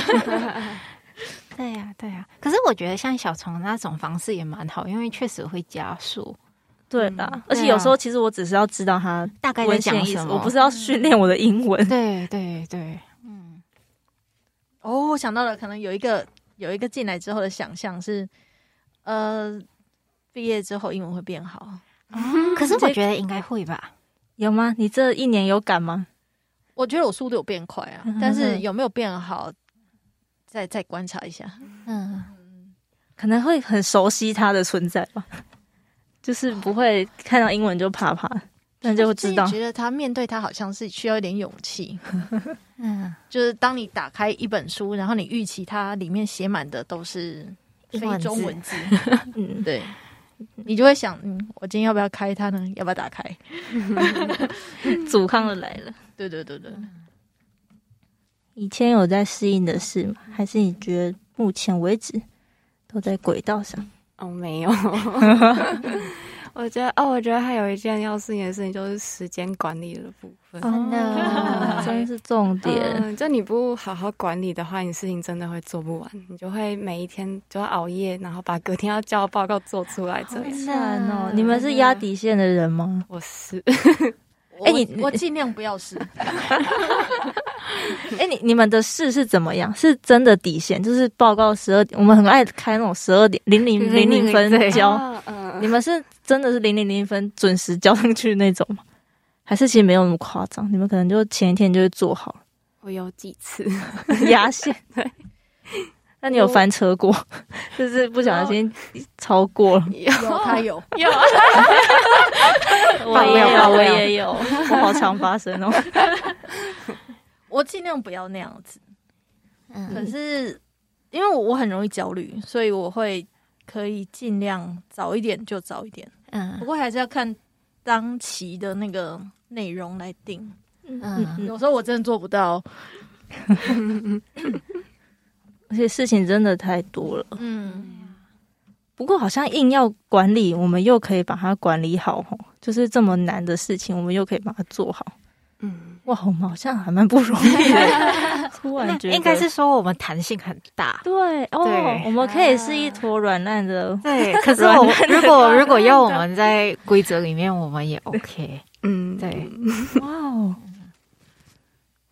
Speaker 4: 对呀、对呀、可是我觉得像小虫那种方式也蛮好，因为确实会加速，
Speaker 2: 对啦
Speaker 4: 嗯。
Speaker 2: 而且有时候其实我只是要知道他
Speaker 4: 大概在
Speaker 2: 文
Speaker 4: 讲
Speaker 2: 献意思
Speaker 4: 什，么。
Speaker 2: 我不是要训练我的英
Speaker 4: [LAUGHS]
Speaker 2: 文。
Speaker 4: 对对对，嗯，
Speaker 3: [LAUGHS] 哦，我想到了，可能有一个有一个进来之后的想象是，呃，毕业之后英文会变好。
Speaker 4: 可
Speaker 2: 嗯
Speaker 4: 是我觉得应该会吧。
Speaker 2: 有吗？你这一年有感吗？
Speaker 3: 我觉得我速度有变快啊，
Speaker 2: 嗯
Speaker 3: 但是有没有变好，再再观察一下。
Speaker 4: 嗯，
Speaker 2: 可能会很熟悉他的存在吧， [LAUGHS] 就是不会看到英文就怕怕，但就会知道
Speaker 3: 我自己觉得他面对他好像是需要一点勇气，
Speaker 4: 嗯，
Speaker 3: 就是当你打开一本书，然后你预期它里面写满的都是非
Speaker 4: 英文字
Speaker 3: 中文 [LAUGHS] 字，
Speaker 2: 嗯，
Speaker 3: 对。你就会想，嗯，我今天要不要开它呢？要不要打开？
Speaker 2: [LAUGHS] 阻抗的来了。
Speaker 3: 对对对对，
Speaker 2: 以前有在适应的事吗？还是你觉得目前为止都在轨道上？
Speaker 1: 哦，没
Speaker 4: [LAUGHS]
Speaker 1: 有。我觉得哦，我觉得还有一件要适应的事情就是时间管理的部分。
Speaker 4: 真的
Speaker 2: 哦真是重点。
Speaker 1: 嗯，就你不好好管理的话，你事情真的会做不完，你就会每一天就要熬夜，然后把隔天要交的报告做出来。这样，
Speaker 2: 惨哦！你们是压底线的人吗？
Speaker 1: 我是
Speaker 2: 哎
Speaker 3: 哎、
Speaker 2: 你
Speaker 3: 我我尽量不要试，
Speaker 2: 哎、你你们的事是怎么样？是真的底线，就是报告十二点，我们很爱开那种十二点零零零零分交。
Speaker 4: 哦
Speaker 1: 啊 [LAUGHS] 嗯，
Speaker 2: [LAUGHS] 你们是真的是零零零分准时交上去那种吗？还是其实没有那么夸张？你们可能就前一天就会做好了
Speaker 1: 我有几
Speaker 4: [LAUGHS]
Speaker 1: 次，
Speaker 2: [LAUGHS] 压线。对，那你有翻车过？就是不小心超过了。
Speaker 3: [LAUGHS] 有 [LAUGHS] 他有，
Speaker 1: 有，
Speaker 4: 啊
Speaker 2: [LAUGHS] 我也有，我也有，我好常发生 [LAUGHS] 哦。
Speaker 3: 我尽量不要那样子。
Speaker 4: 嗯
Speaker 3: 可是因为我我很容易焦虑，所以我会可以尽量早一点就早一点，不
Speaker 4: 嗯
Speaker 3: 过还是要看当期的那个内容来定。
Speaker 4: 嗯，
Speaker 3: 有时候我真的做不到，
Speaker 2: 而且事情真的太多了。
Speaker 3: 嗯，
Speaker 2: 不过好像硬要管理，我们又可以把它管理好吼，就是这么难的事情，我们又可以把它做好。
Speaker 1: 嗯，
Speaker 2: 哇，我们好像还蛮不容易 [LAUGHS] 的。突然嗯觉得
Speaker 4: 应该是说我们弹性很
Speaker 2: [LAUGHS]
Speaker 4: 大。
Speaker 2: 对哦
Speaker 4: 对
Speaker 2: 我们可以是一坨软烂的。
Speaker 4: 对，可是我如果如果要我们在规则里面，我们也 OK。
Speaker 1: 嗯，
Speaker 4: 对，
Speaker 2: [LAUGHS] 哇哦，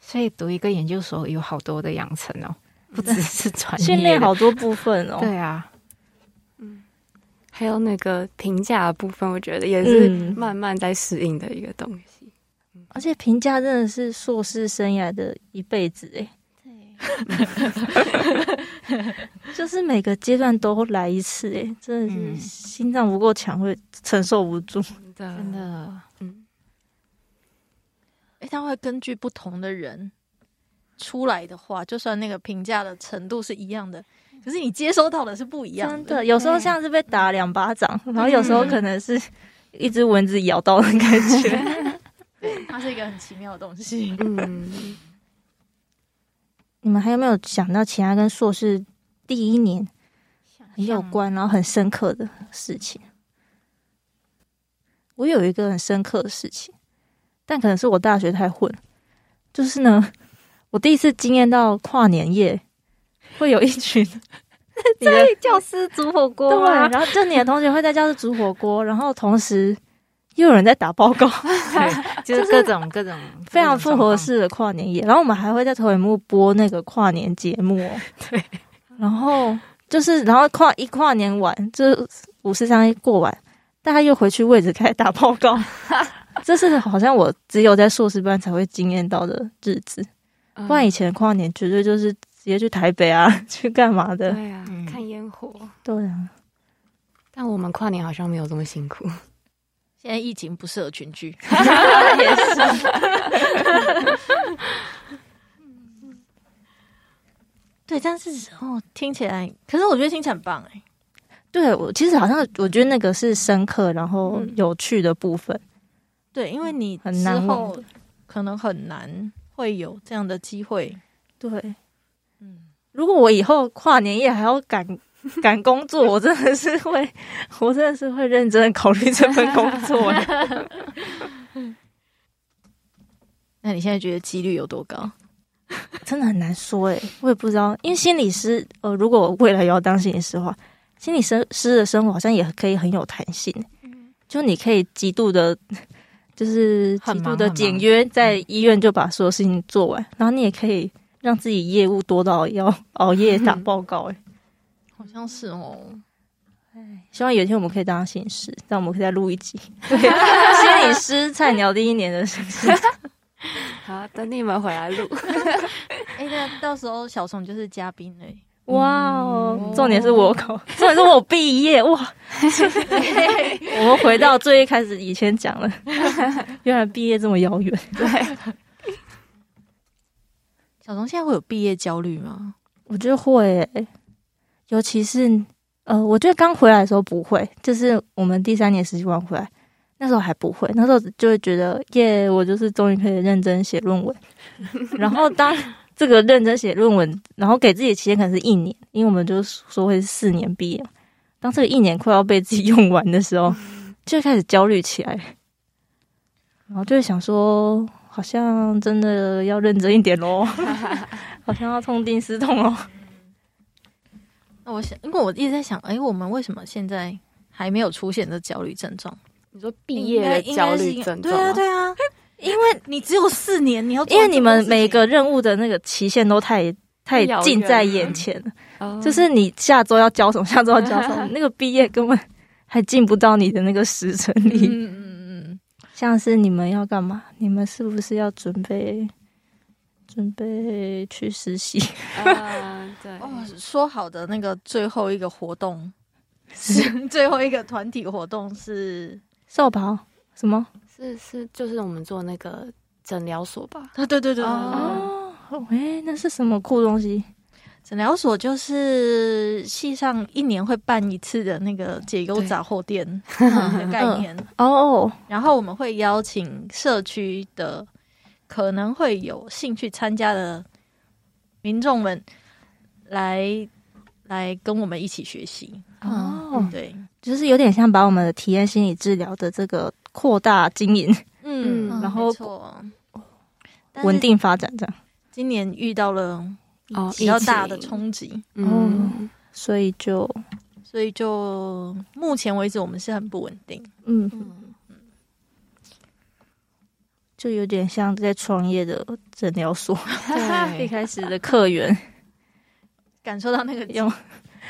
Speaker 4: 所以读一个研究所有好多的养成哦，不只是专
Speaker 2: 嗯
Speaker 4: 业
Speaker 2: 训练。好多部分哦。
Speaker 4: 对啊，
Speaker 1: 还有那个评价的部分，我觉得也是
Speaker 2: 嗯
Speaker 1: 慢慢在适应的一个东西。
Speaker 2: 而且评价真的是硕士生涯的一辈子哎。 [LAUGHS] 就是每个阶段都来一次，哎，真的是
Speaker 4: 嗯
Speaker 2: 心脏不够强，会承受不住。
Speaker 1: 真的，
Speaker 4: 真，的，
Speaker 1: 嗯，
Speaker 3: 诶，他会根据不同的人出来的话，就算那个评价的程度是一样的，可是你接收到的是不一样
Speaker 2: 真
Speaker 3: 的。
Speaker 2: 的，嗯有时候
Speaker 4: 对
Speaker 2: 像是被打两巴掌，然后有时候可能是一只蚊子咬到的感觉。
Speaker 3: 对，它是一个很奇妙的东西。
Speaker 4: [LAUGHS]
Speaker 1: 嗯，
Speaker 2: [LAUGHS] 你们还有没有想到其他跟硕士第一年很有关，然后很深刻的事情？我有一个很深刻的事情，但可能是我大学太混，就是呢，我第一次经验到跨年夜会有一群你的
Speaker 4: 教师煮火锅
Speaker 2: 对，
Speaker 4: 啊，
Speaker 2: 然后就你的同学会在教室煮火锅，然后同时又有人在打报告， [LAUGHS]
Speaker 4: 对，就是各种各种
Speaker 2: 非常复合，式的跨年夜。然后我们还会在头尾幕播那个跨年节目、 [LAUGHS] 哦，
Speaker 4: 对。
Speaker 2: 然后就是，然后跨一跨年完，就是五四三一过完，大家又回去位置开始打报 [LAUGHS] 告。这是好像我只有在硕士班才会经验到的日子，
Speaker 1: 嗯
Speaker 2: 不然以前跨年绝对就是直接去台北啊， [LAUGHS] 去干嘛的？
Speaker 1: 对啊，看烟火。
Speaker 2: 对啊，
Speaker 1: 但我们跨年好像没有这么辛苦。
Speaker 3: 现在疫情不适合
Speaker 2: [LAUGHS]
Speaker 3: 群聚， [LAUGHS] 对，但是哦，听起来，可是我觉得听起来很棒哎、
Speaker 2: 对我其实好像我觉得那个是深刻然后
Speaker 3: 嗯
Speaker 2: 有趣的部分。
Speaker 3: 对，因为你
Speaker 2: 嗯很
Speaker 3: 之
Speaker 2: 难
Speaker 3: 后可能很难会有这样的机会，
Speaker 2: 对，
Speaker 3: 嗯，
Speaker 2: 如果我以后跨年夜还要赶 [LAUGHS] 赶工作，我真的是会，我真的是会认真的考虑这份工
Speaker 4: [LAUGHS]
Speaker 2: 作。哎
Speaker 3: 那你现在觉得几率有多高？
Speaker 2: 真的很难说哎，我也不知道，因为心理师，呃，如果我未来也要当心理师的话，心理师师的生活好像也可以很有弹性，
Speaker 4: 嗯
Speaker 2: 就你可以极度的， [LAUGHS] 就是极
Speaker 4: 很忙
Speaker 2: 度的
Speaker 4: 很忙
Speaker 2: 简约，在医院就把所有事情做完，然后你也可以让自己业务多到要熬夜
Speaker 4: [LAUGHS]
Speaker 2: 打报告哎。
Speaker 3: 好像是哦，
Speaker 2: 希望有一天我们可以当心理师，但我们可以再录一集。对，心理师菜鸟第一年的心理师，
Speaker 1: [LAUGHS] 好，等你们回来录。
Speaker 3: 哎、那到时候小虫就是嘉宾哎、
Speaker 2: 哇哦！重点是我考，重点是我毕业 [LAUGHS] 哇！我们回到最一开始以前讲了，原来毕业这么遥远，
Speaker 3: 小虫现在会有毕业焦虑吗？
Speaker 2: 我觉得会欸、尤其是呃，我觉得刚回来的时候不会，就是我们第三年实习完回来。那时候还不会，那时候就会觉得耶，我就是终于可以认真写论文。然后当这个认真写论文，然后给自己的期限可能是一年，因为我们就说会是四年毕业嘛。当这个一年快要被自己用完的时候，就会开始焦虑起来，然后就会想说，好像真的要认真一点喽，好像要痛定思痛喽。哦
Speaker 3: 那我想，因为我一直在想，哎、我们为什么现在还没有出现这焦虑症状？
Speaker 1: [LAUGHS] 你说毕业的焦虑症
Speaker 3: 对
Speaker 1: 状
Speaker 3: 啊，
Speaker 1: 吗？
Speaker 3: 对啊，因为你只有四年，你要
Speaker 2: 因为你们每个任务的那个期限都太太
Speaker 1: 遥远
Speaker 2: 近在眼前了，
Speaker 1: 哦
Speaker 2: 就是你下周要交什么，下周要交什么，那个毕业根本还进不到你的那个时辰里。
Speaker 3: 嗯嗯嗯，
Speaker 2: 像是你们要干嘛？你们是不是要准备准备去实习？ [LAUGHS]
Speaker 1: 嗯， [LAUGHS] 对，
Speaker 3: 哦，说好的那个最后一个活动是 [LAUGHS] 最后一个团体活动是
Speaker 2: 少保什么？
Speaker 1: 是是，就是我们做那个诊疗所吧。
Speaker 3: 啊，对对对
Speaker 1: 哦
Speaker 2: 哦，哎、那是什么酷东西？
Speaker 3: 诊疗所就是系上一年会办一次的那个解忧杂货店的概念，
Speaker 2: 哦，
Speaker 3: 然后我们会邀请社区的可能会有兴趣参加的民众们来来跟我们一起学习。
Speaker 2: 哦，
Speaker 3: 对，
Speaker 2: 就是有点像把我们的体验心理治疗的这个扩大经营、
Speaker 1: 嗯
Speaker 3: 嗯，然
Speaker 2: 然
Speaker 3: 后
Speaker 2: 后
Speaker 3: 稳
Speaker 2: 稳
Speaker 3: 定。
Speaker 2: 定发展这样，
Speaker 3: 今年遇到了
Speaker 1: 哦
Speaker 3: 比较大的
Speaker 1: 疫情
Speaker 3: 冲击，
Speaker 1: 嗯，
Speaker 2: 所以就
Speaker 3: 所以就目前为止我们是很不稳定。
Speaker 2: 嗯，
Speaker 4: 嗯
Speaker 2: 就有点像在创业的诊疗所，
Speaker 1: [LAUGHS]
Speaker 2: 一
Speaker 4: 对，
Speaker 2: 开始的客源
Speaker 3: 感受到那个
Speaker 2: 要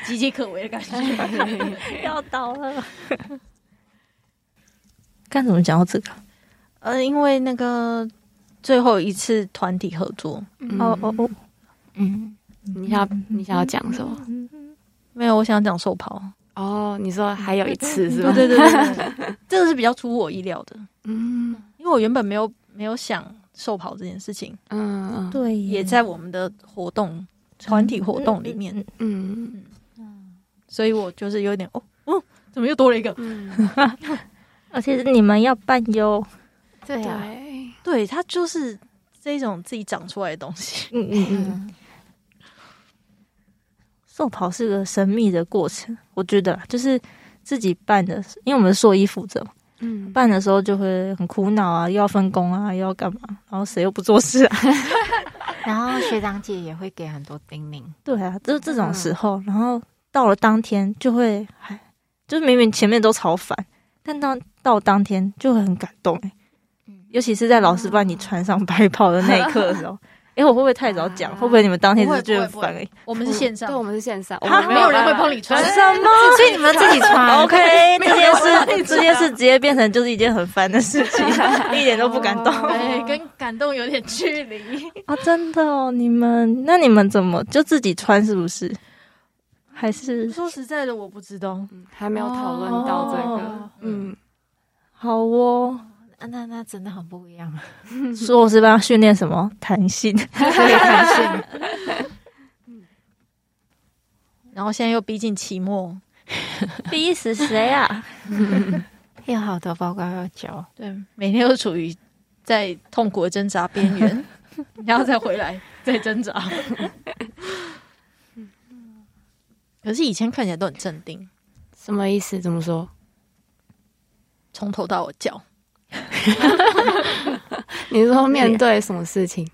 Speaker 3: 岌岌可危的感觉。
Speaker 2: 要倒 [LAUGHS] 了。干什么讲到这个？
Speaker 3: [LAUGHS] 呃，因为那个最后一次团体合作，
Speaker 1: 嗯
Speaker 2: 哦哦哦，
Speaker 4: 嗯，
Speaker 1: 你想要你想要讲什么？
Speaker 3: 没有，我想讲手跑。
Speaker 1: 哦，你说还有一次是吧？
Speaker 3: 对对对对对，这个是比较出乎我意料的，
Speaker 1: 嗯
Speaker 3: 因为我原本没有没有想瘦跑这件事情，
Speaker 1: 嗯嗯
Speaker 2: 对耶，
Speaker 3: 也在我们的活动团体活动里面，
Speaker 1: 嗯
Speaker 3: 所以我就是有点哦，哦，怎么又多了一个？
Speaker 1: 嗯，
Speaker 2: 而且是你们要办哟，
Speaker 1: [LAUGHS] 对
Speaker 4: 啊
Speaker 1: 对
Speaker 3: 对，它就是这种自己长出来的东西。
Speaker 2: 嗯嗯嗯，瘦跑是个神秘的过程，我觉得啦啊就是自己办的，因为我们是硕一负责嘛，
Speaker 1: 嗯，
Speaker 2: 办的时候就会很苦恼啊，又要分工啊，又要干嘛，然后谁又不做事啊？
Speaker 4: 然后学长姐也会给很多叮咛，
Speaker 2: 对啊，就是这
Speaker 3: 嗯
Speaker 2: 种时候，然后到了当天就会，哎，就是明明前面都超烦，但当到当天就很感动哎、
Speaker 3: 嗯
Speaker 2: 尤其是在老师把你穿上白袍的那一刻的时候，哎、我会不会太早讲？
Speaker 4: 啊
Speaker 2: 会不会你们当天
Speaker 3: 不会
Speaker 2: 是觉得
Speaker 3: 不会不
Speaker 2: 烦、
Speaker 3: 会
Speaker 2: 欸？
Speaker 3: 我们是线上
Speaker 1: 对，，我们是线上，我
Speaker 3: 他
Speaker 1: 们
Speaker 3: 没有人会帮
Speaker 1: 你。
Speaker 3: 你穿，
Speaker 2: 什么？
Speaker 4: 所以你们自己
Speaker 2: [LAUGHS]
Speaker 4: 穿
Speaker 2: OK，这件事这
Speaker 3: 啊
Speaker 2: 件事直接变成就是一件很烦的事
Speaker 3: [LAUGHS]
Speaker 2: 情，一点都不感动
Speaker 3: [LAUGHS] 哎，跟感动有点距离。
Speaker 2: [LAUGHS] 啊！真的哦，你们那你们怎么就自己穿是不是？还是
Speaker 3: [LAUGHS] 说实在的，我不知道。
Speaker 1: 嗯还没有讨论到这个
Speaker 2: 哦，
Speaker 1: 嗯，
Speaker 2: 好哦？
Speaker 4: 啊 [LAUGHS] 那那真的很不一样。啊
Speaker 2: 说我是帮他训练什么弹性？
Speaker 3: 然后现在又逼近期末，
Speaker 2: 逼死谁啊？
Speaker 4: 有好多报告要交，
Speaker 3: 对，每天都处于在痛苦的挣扎边 [LAUGHS] 缘，然后再回来再挣扎。嗯可是以前看起来都很镇定，
Speaker 1: 什么意思？怎么说？
Speaker 3: 从头到脚。
Speaker 1: 你是说面对什么事情？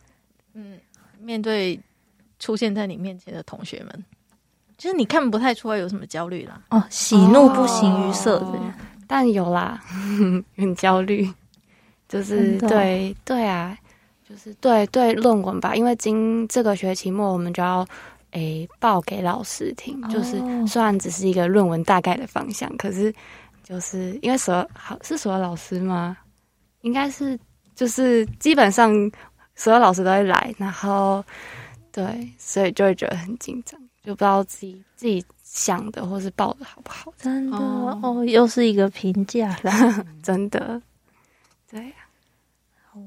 Speaker 3: 嗯，面对出现在你面前的同学们，其实你看不太出来有什么焦虑啦。
Speaker 2: [LAUGHS]
Speaker 3: [LAUGHS]
Speaker 2: 哦，喜怒不形于色的人。
Speaker 1: 但有
Speaker 2: [LAUGHS]
Speaker 1: 啦，很焦虑，就是
Speaker 2: 真的哦
Speaker 1: 对对啊，就是对对论文吧，因为今这个学期末我们就要诶、报给老师听，就是
Speaker 2: 哦
Speaker 1: 虽然只是一个论文大概的方向，可是就是因为所有好是所有老师吗？应该是就是基本上所有老师都会来，然后对，所以就会觉得很紧张，就不知道自己自己想的或是报的好不好，
Speaker 2: 真的
Speaker 4: 哦
Speaker 2: 哦，又是一个评价啦。
Speaker 1: 真的。对，啊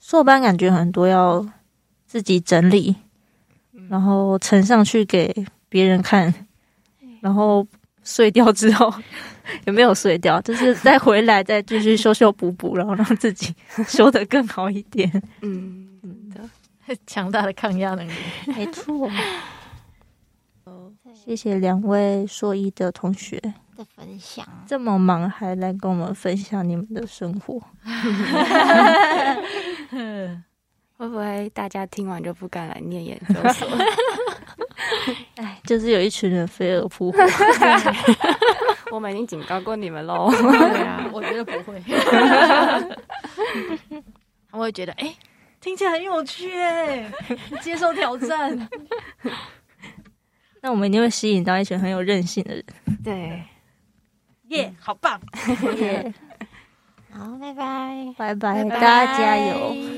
Speaker 2: 硕班感觉很多要自己整理，然后呈上去给别人看，然后碎掉之后 [LAUGHS] 也没有碎掉，就是再回来再继续修修补补，然后让自己修得更好一点。
Speaker 1: 嗯，真的，
Speaker 3: 强大的抗压能力，
Speaker 2: 没错。 [LAUGHS] 谢谢两位硕一的同学，
Speaker 4: 的分享，
Speaker 2: 这么忙还来跟我们分享你们的生活。
Speaker 1: 会不会大家听完就不敢来念研究所？
Speaker 2: 哎，就是有一群人飞蛾扑
Speaker 4: [LAUGHS]
Speaker 2: 火。
Speaker 1: 我们已经警告过你们 [LAUGHS] 喽。
Speaker 3: 对啊， [LAUGHS] 我觉得不 [LAUGHS] 会。我会觉得，哎、听起来很有趣、哎，接受挑 [LAUGHS] 战。
Speaker 2: 那我们一定会吸引到一群很有韧性的人。
Speaker 4: 对，
Speaker 3: 耶、好棒！
Speaker 4: 好，拜拜。
Speaker 2: [LAUGHS] 拜拜，
Speaker 4: 拜
Speaker 2: 大家加油！
Speaker 4: 拜